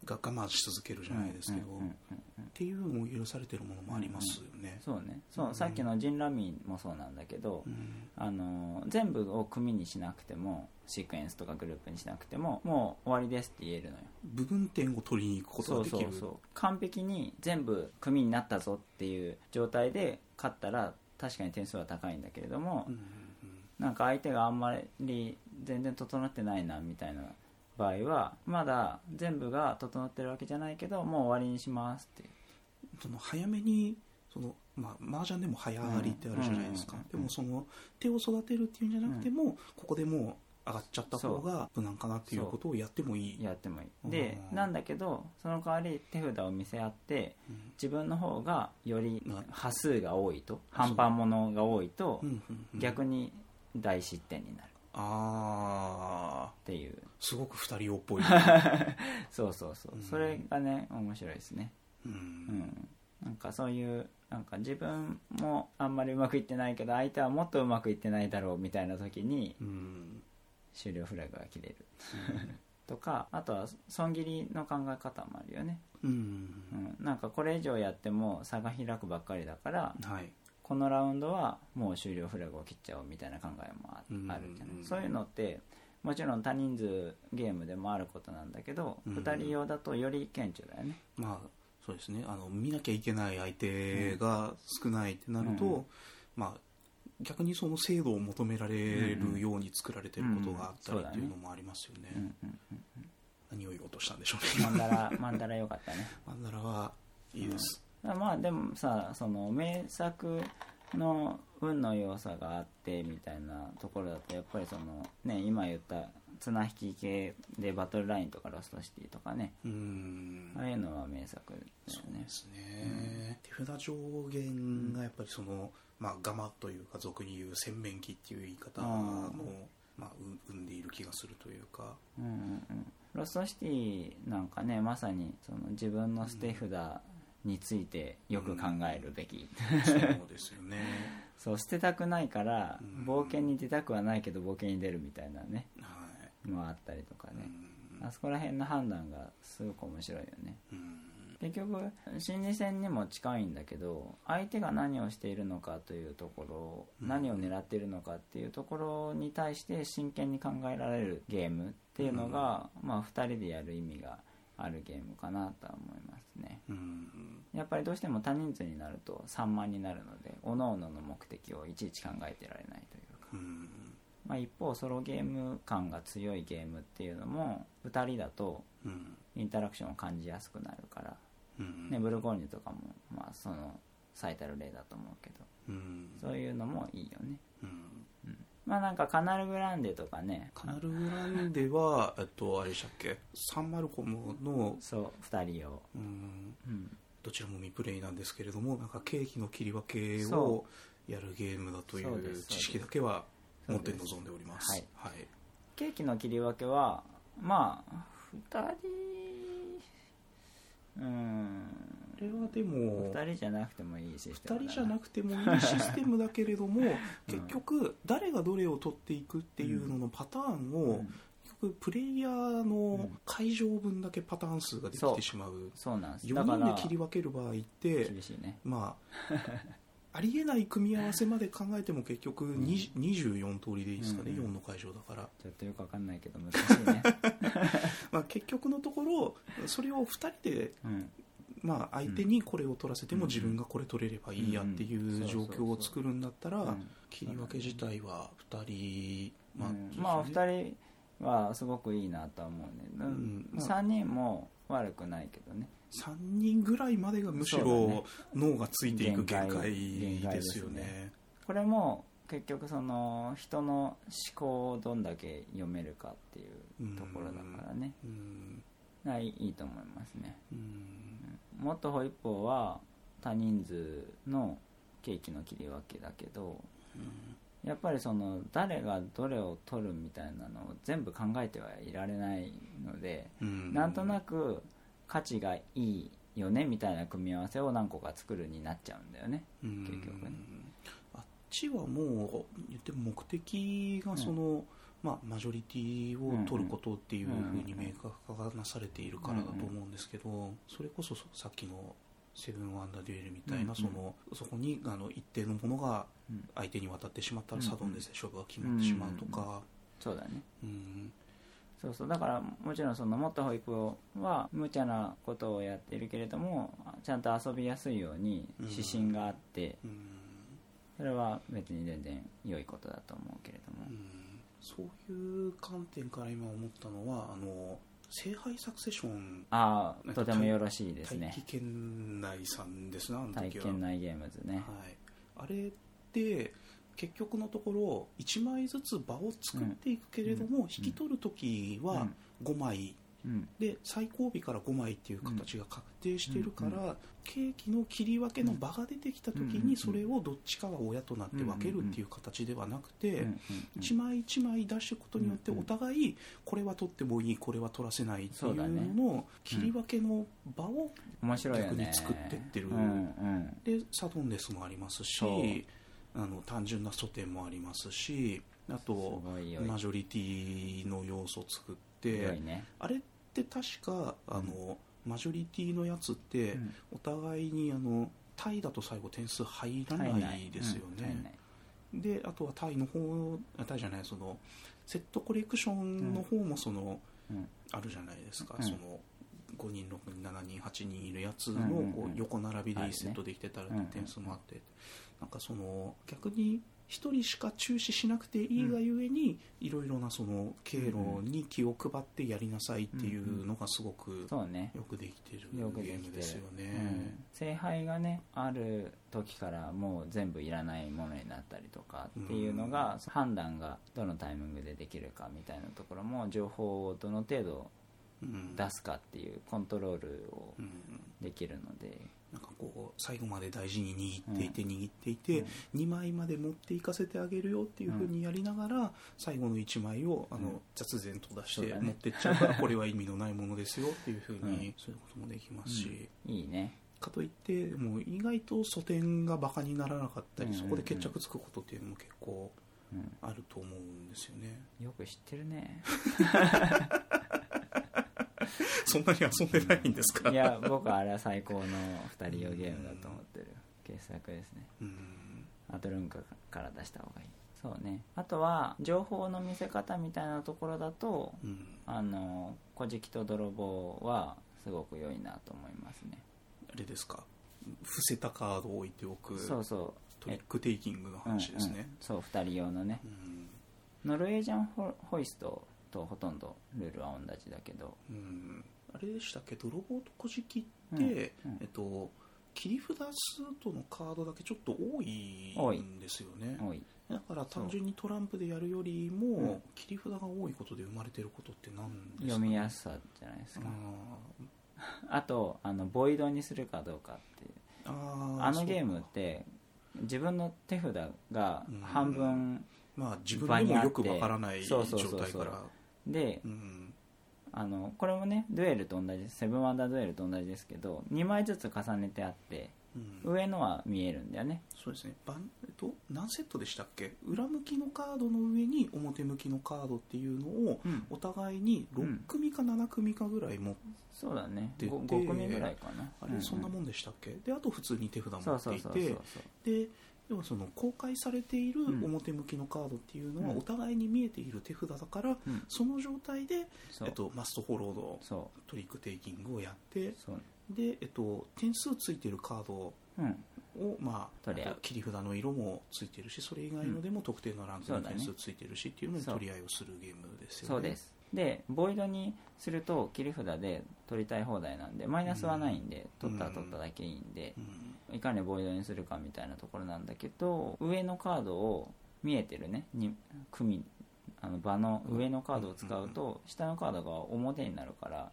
が我慢し続けるじゃないですけど、うんうんうんうんっていうのも許されてるものもありますよね。そうねそう、うんさっきのジンラミンもそうなんだけど、うんあの全部を組にしなくてもシークエンスとかグループにしなくてももう終わりですって言えるのよ部分点を取りに行くことそがうでそきうるそう完璧に全部組になったぞっていう状態で勝ったら確かに点数は高いんだけれども、うんうんなんか相手があんまり全然整ってないなみたいな場合はまだ全部が整ってるわけじゃないけどもう終わりにしますっていうその早めにその、まあ、麻雀でも早割りってあるじゃないですか、うんうんでもその手を育てるっていうんじゃなくても、ここでもう上がっちゃった方が無難かなっていうことをやってもいい、やってもいいでうんなんだけどその代わり手札を見せ合ってうん自分の方がよりな端数が多いとそ半う端ものが多いとうんうんうん逆に大失点になるっああていうすごく二人用っぽい、そうそうそううんそれがね面白いですね ううんんなんかそういうなんか自分もあんまりうまくいってないけど相手はもっとうまくいってないだろうみたいな時にうん終了フラグが切 れるとかあとは損切りの考え方もあるよねうんうん、なんかこれ以上やっても差が開くばっかりだからはいここのラウンドはもう終了フラグを切っちゃおうみたいな考えもあうんあるじゃないそういうのってもちろん多人数ゲームでもあることなんだけどうん2人用だとより顕著だよねまあそうですねあの見なきゃいけない相手が少ないってなると、うんうまあ逆にその制度を求められるように作られてることがあったりうんうんっていうのもありますよね、うんうんうん何を言おうとしたんでしょうねマンダラマンダラ良かったねマンダラはいいです、まあでもさその名作の運の良さがあってみたいなところだとやっぱりそのね今言った綱引き系でバトルラインとかロストシティとかねうんああいうのは名作だよそうねですね、手札上限がやっぱりその、まあ、ガマというか俗に言う洗面器っていう言い方のあ、まあ、う生んでいる気がするという かうんうんうんロストシティなんかねまさにその自分の捨て札についてよく考えるべき、そうですよねそう捨てたくないからうん冒険に出たくはないけど冒険に出るみたいなねは いのあったりとかね、うんあそこら辺の判断がすごく面白いよねうん結局心理戦にも近いんだけど相手が何をしているのかというところうん何を狙っているのかっていうところに対して真剣に考えられるゲームっていうのが、まあ、2人でやる意味があるゲームかなとは思いますねうんやっぱりどうしても多人数になると散漫になるので各々の目的をいちいち考えてられないというか、うんまあ、一方ソロゲーム感が強いゲームっていうのも2人だとうんインタラクションを感じやすくなるからうんね、ブルゴーニュとかも、まあ、その最たる例だと思うけどうんそういうのもいいよねうんまあなんかカナルグランデとかねカナルグランデは、えっと、あれでしたっけ、サンマルコムの、そう2人用、うん、うん、どちらも未プレイなんですけれども、なんかケーキの切り分けをそやるゲームだといそうですそうでうす知識だけは持ってそうです臨んでおります。はい。ケーキの切り分けはまあ2人うんこれはでも、 2人じゃなくてもいいシステム2人じゃなくくてもいいシステムだけれども、結局、誰がどれを取っていくっていうののパターンを、結局プレイヤーの会場分だけパターン数ができそてうしまうそうなんですだ4か人らで切り分ける場合って厳しいねまあ ありえない組み合わせまで考えても結局ん20 24通りでいいですかねうんうん4の会場だから、ちょっとよくわかんないけど難しい ね、まあ、結局のところそれを2人で、うん、まあ、相手にこれを取らせてうんも自分がこれ取れればいいやっていんううん状況を作るんだったうらん切り分け自体は2人まあ,うそうんですね、まあ2人はすごくいいなとは思うね、うんんまあ3人も悪くないけどね3人ぐらいまでがむしそうだろね脳がついていく限限界界ですよ限界ですね。これも結局その人の思考をどんだけ読めるかっていうところだからねうんないいいと思いますねうんもっとほ一方は多人数のケーキの切り分けだけどやっぱりその誰がどれを取るみたいなのを全部考えてはいられないのでうんなんとなく価値がいいよねみたいな組み合わせを何個か作るになっちゃうんだよねうん結局ねあっちはもう言っても目的がその、まあ、マジョリティを取ることっていうふうに明確化がなされているからだと思うんですけど、それこそさっきの「セブン・ワンダー・デュエル」みたいな、うんそのそこにあの一定のものがうん相手に渡ってしまったうらんうんサドンデスで勝負が決まってしまうとか、そうだねうんそうそうだからもちろんそのもっと保育は無茶なことをやってるけれどもちゃんと遊びやすいようにうん指針があってうんそれは別に全然良いことだと思うけれどもうんそういう観点から今思ったのはあの聖杯サクセションああとてもよろしいです大ね気圏内さんですなあの体時は験内ゲームズねはい、あれって結局のところ1枚ずつ場を作っていくけれども、引き取る時は5枚、うんで最後尾から5枚っていう形が確定してるから、ケーキの切り分けの場が出てきた時うんにそれをどっちかが親となって分けるっていう形ではなくて、うんうんうん1枚1枚出していくことによってうんお互いこれは取ってもいいこれは取らせないっていそううだねのの切り分けの場を面白いよね逆に作ってってるうんうんでサドンデスもありますそうしあの単純な素点もありますしあとすごい良いマジョリティの要素を作っ良ていねあれって確かあのマジョリティのやつってうんお互いにあのタイだと最後点数入ら入んないですようん入んなねい、であとはタイの方あタイじゃないそのセットコレクションの方もその、うんあるじゃないですか、うんその5人6人7人8人いるやつのうんうんこうんう横並びである1ねセットできてたらうんうん点数もあって、なんかその逆に1人しか注視しなくていいがゆえに、いろいろなその経路に気を配ってやりなさいっていうのがすごくそうねよくできてるゲよくできてるームですよね。うん聖杯がねある時からもう全部いらないものになったりとかっていうのが、判断がどのタイミングでできるかみたいなところも情報をどの程度うん出すかっていうコントロールをうんできるので、なんかこう最後まで大事に握っていて握っていて、2枚まで持っていかせてあげるよっていうふうにやりながら最後の1枚をあうんの雑然と出しそうてだね持ってっちゃうからこれは意味のないものですよっていうふううんにそういうこともできますしいいねかといってもう意外と素点がバカにならなかったうりんそこで決着つくことっていうのも結構うんあると思うんですよねよく知ってる ねそんなに遊んでないんですかいや僕はあれは最高の2人用ゲームだと思ってる傑作ですねうんアトルンカから出した方がいいそうねあとは情報の見せ方みたいなところだとうんあの小じきと泥棒はすごく良いなと思いますねあれですか伏せたカードを置いておくそうそトリックテイキングのう、うんうん話ですねそう2人用のねノルウェージャンホホイストとほとんどルールは同じだけどうんうんあれでしたっけ泥棒と乞食うっんて、うんえっと、切り札スートのカードだけちょっと多い多いんですよね多いだから単純にトランプでやるよりうんも切り札が多いことで生まれてることって何ですか読みやすさじゃないですか、あとあのボイドにするかどうかっていうあーああのゲームっそうかて自分の手札がうん半分まあ自分でもよくわからないそ状うそうそうそう態からでうんあのこれもねデュエルと同じセブンワンダーデュエルと同じですけど2枚ずつ重ねてあってうん上のは見えるんだよねそうですね、ばんえっと、何セットでしたっけ裏向きのカードの上に表向きのカードっていうのをうんお互いに6組か7組かぐらい持っそうだねで 5, で組ぐらいかなあれそんなうもんでしたっけ、であと普通に手札そ持うっそうていそうそうそてうで要はその公開されているうん表向きのカードっていうのはうんお互いに見えている手札だから、うんその状態で、そうえっと、マストフォロードそトリックテイキングをやってうそうで、えっと、点数ついてるカードうんを、まあ、取り合うあと切り札の色もついてるしそれ以外のでも特定のランクそのうだね点数ついてるしっていうのにそう取り合いをするゲームですよねそうですでボイドにすると切り札で取りたい放題なんでマイナスはないんで取ったら取っただけいいんでうんいかにボイドにするかみたいなところなんだけど上のカードを見えてるねに組あの場の上のカードを使うと下のカードが表になるから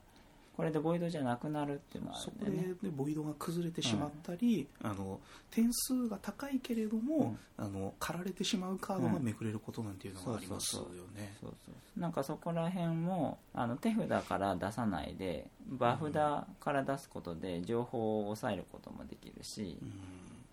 これでボイドじゃなくなるっていうのはあそこるで、んだよねね、ボイドが崩れてしまったり、あの点数が高いけれども、あの駆られてしまうカードがめくれることなんていうのがありますよね。そうそうなんかそこら辺もあの手札から出さないで場札から出すことで情報を抑えることもできるし、うん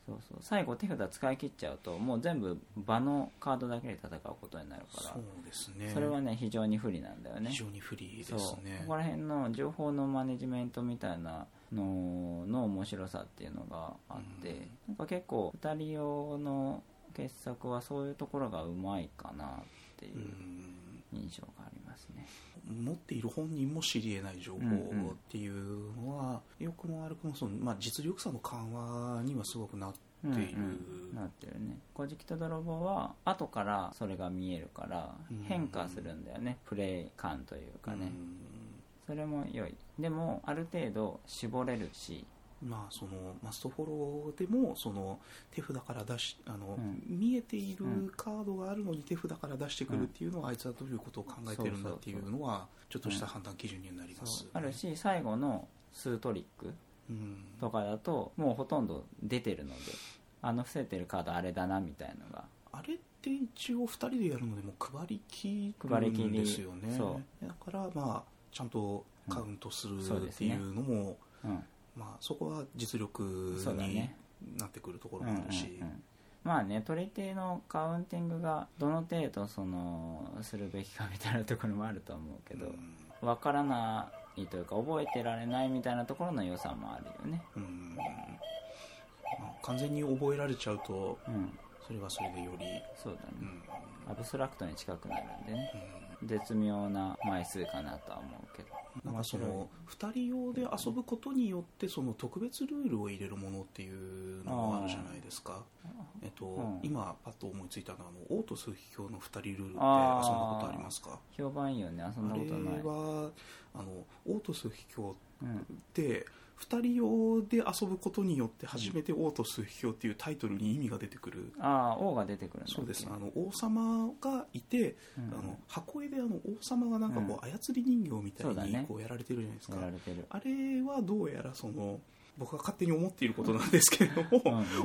そうそう最後手札使い切っちゃうともう全部場のカードだけで戦うことになるからそうですねそれはね非常に不利なんだよね非常に不利そでうすねここら辺の情報のマネジメントみたいなのの面白さっていうのがあって、うんなんか結構2人用の傑作はそういうところがうまいかなっていううん印象がありますね、持っている本人も知り得ない情報うんうんっていうのは、よくも悪くもその、まあ、実力差の緩和にはすごくなってうんうんいる、なってるね「古事記と泥棒」は後からそれが見えるからうん変化するんだよね、プレイ感というかね、うんそれも良いでもある程度絞れるしまあ、そのマストフォローでもその手札から出しあうの、ん見えているうんカードがあるのに手札から出してくるっていうのは、あいつはどういうことを考えてるんだっていうのはちょっとした判断基準になります、あるし最後の数トリックうんとかだともうほとんど出てるのであの伏せてるカードあれだなみたいのがあれって一応2人でやるのでもう配りき配るり切りんですよねそだからまあちゃんとカウントするうんそうっですてねいうのも、うんまあ、そこは実力そうだにねなってくるとこうろんうんもあるし、うんまあね取り手のカウンティングがどの程度そのするべきかみたいなところもあると思うけどわからないというか覚えてられないみたいなところの良さもあるよねうんうんまあ完全に覚えられちゃうとうんそれはそれでより、そうだね、うんアブストラクトに近くなるんでね絶妙な枚数かなとは思うけどなんかその2人用で遊ぶことによってその特別ルールを入れるものっていうのもあるじゃないですか、えっとうん今パッと思いついたのはあの王と数秘教の2人ルールって遊んだあーことありますか評判いいよねそんなあこれとないはあの王と数秘教うんって2人用で遊ぶことによって初めて王と数秘教っていうタイトルに意味が出てくる、ああ王が出てくるんだっけそうですあの王様がいて、うんあの箱絵であの王様がなんかこう操り人形みたそうだいにねこうやられてるじゃないですか、やられてるあれはどうやらその僕が勝手に思っていることなんですけれども、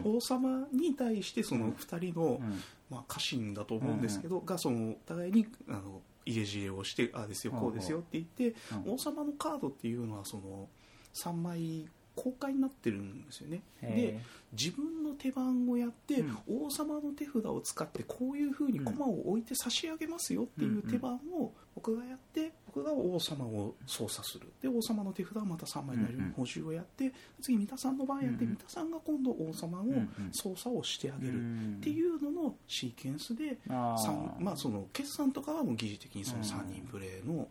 うん王様に対してその2人の、うんまあ、家臣だと思うんですけど、がそのお互いにあの入れ知恵をしてああですよこうですよって言って、うん王様のカードっていうのはその3枚公開になってるんですよねでへ自分の手番をやって、王様の手札を使ってこういうふうに駒を置いて差し上げますよっていう手番を僕がやって僕が王様を操作するで王様の手札はまた3枚になるよううんにうん補充をやって次三田さんの番やってうんう三ん田さんが今度王様をんうん操作をしてあげるっんていうののシーケンスであさんーまあその決算とかはもう疑似的にそのうん3人プレイの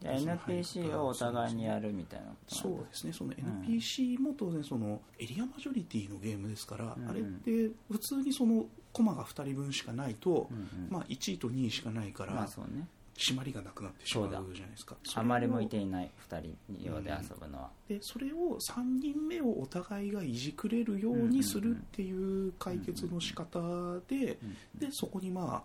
じゃあ NPC をお互いにやるみたいなことそなんうだですねそのん NPC も当然そのエリアマジョリティのゲームですから、うんうんあれって普通にそのコマが2人分しかないと、うんうんまあ、1位と2位しかないから、まあそうね締まりがなくなってしまうそじゃうだないですかそあれをまり向いていない2人用で遊ぶのは、でそれを3人目をお互いがいじくれるようにするっていう解決の仕方でうんでそこにまあ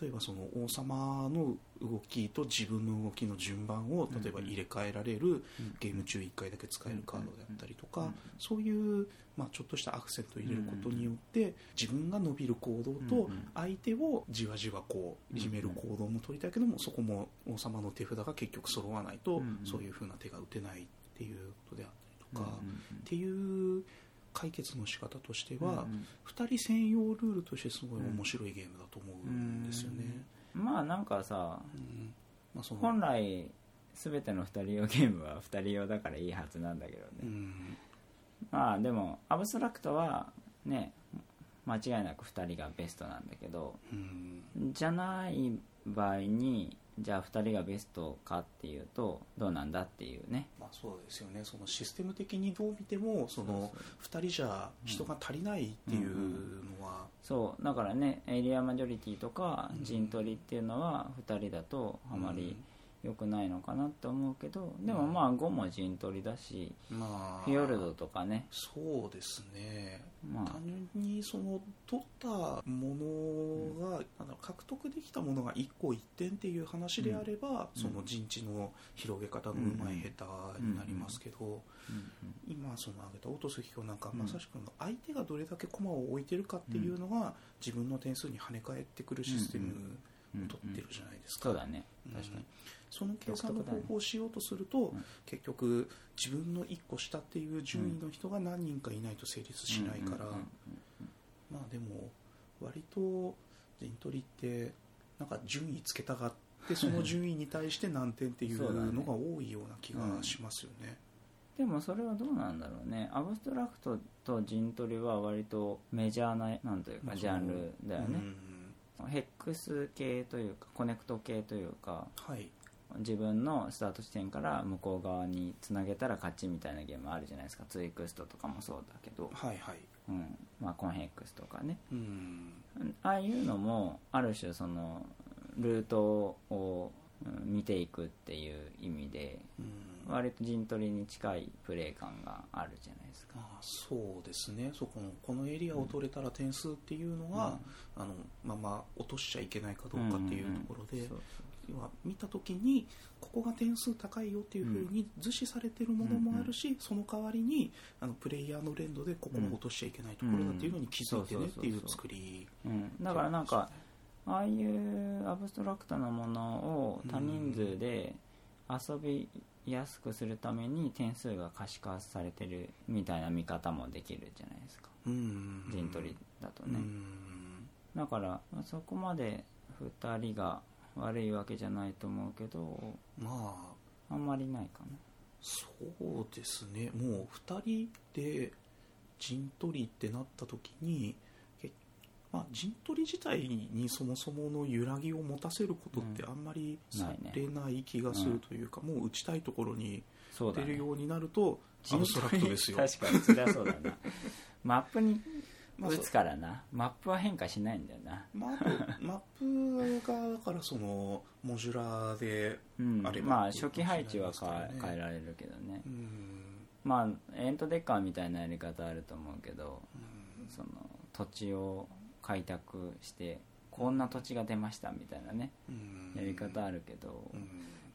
例えばその王様の動きと自分の動きの順番を例えば入れ替えられるんゲーム中1回だけ使えるカードであったりとうんかそういうまあちょっとしたアクセントを入れることによって自分が伸びる行動うとんうん相手をじわじわこういじめる行動も取りたいけどもそこも王様の手札が結局揃わないとうんうんそういう風な手が打てないっていうことであったりとかうんうんうんっていう解決の仕方としてはうんうん2人専用ルールとしてすごい面白いゲームだと思うんですよね。まあなんかさうんまあその本来全ての2人用ゲームは2人用だからいいはずなんだけどね、うんまあでもアブストラクトはね間違いなく2人がベストなんだけどうんじゃない場合にじゃあ2人がベストかっていうとどうなんだっていうねまあ、そうですよねそのシステム的にどう見てもその2人じゃ人が足りないっていうのは、そうだからねエリアマジョリティとか陣取りっていうのは2人だとあまり良くないのかなって思うけどでもまあ5も陣取りだしまあフィヨルドとかねそうですねまあ単純にその取ったものが、なんだろう獲得できたものが1個1点っていう話であれば、うんその陣地の広げ方のうまい下手になりますけど、うんうん今その挙げた落とす機なんかはうんまさしくの相手がどれだけ駒を置いてるかっていうのが自分の点数に跳ね返ってくるシステムを取ってるじゃないですそか。うだねうん確かにその計算の独特だ方ね法をしようとすると、うん結局自分の1個下っていう順位の人が何人かいないと成立しないうんうんから、うんまあでも割と陣取りってなんか順位つけたがってその順位に対して何点っていそうだねうのが多いような気がしますよね。でもそれはどうなんだろうねアブストラクトと陣取りは割とメジャーななんというまかあジャンルだようね、んヘックス系というかコネクト系というかはい、自分のスタート地点から向こう側につなげたら勝ちみたいなゲームあるじゃないですかツイクストとかもそうだけど、はいはいうんまあ、コンヘックスとかねうんうんああいうのもある種そのルートをうん見ていくっていう意味でうん割と陣取りに近いプレイ感があるじゃないですかまあ、そうですねそこのこのエリアを取れたら点数っていうのは、あのまあまあ落としちゃいけないかどうかっていうところで、うんうんうんそう要は見た時にここが点数高いよっていうふうに図示されてるものもあるし、その代わりにあのプレイヤーの連動でここも落としちゃいけないところだっていうのに気づいてねっていう作りうん、だからなんかああいうアブストラクトなものを多人数で遊びやすくするために点数が可視化されてるみたいな見方もできるじゃないですかうん陣取りだとうねんだからまあそこまで2人が悪いわけじゃないと思うけどまああんまりないかそうですねもう2人で陣取りってなった時に、けまあ、陣取り自体にそもそもの揺らぎを持たせることってあんまりさないねれない気がするというか、もう打ちたいところにそうだ出るねようになると、アブストラクトですよ 確かにそりゃそうだなマップにまあ打そうつからなマップは変化しないんだよなマップマップがだからそのモジュラーでうんあればまあっていう初期配置は変感じ変えになりますからねられるけどねうんまあエントデッカーみたいなやり方あると思うけどうんその土地を開拓してこんな土地が出ましたみたいなねうんやり方あるけどうん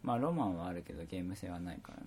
まあロマンはあるけどゲーム性はないからね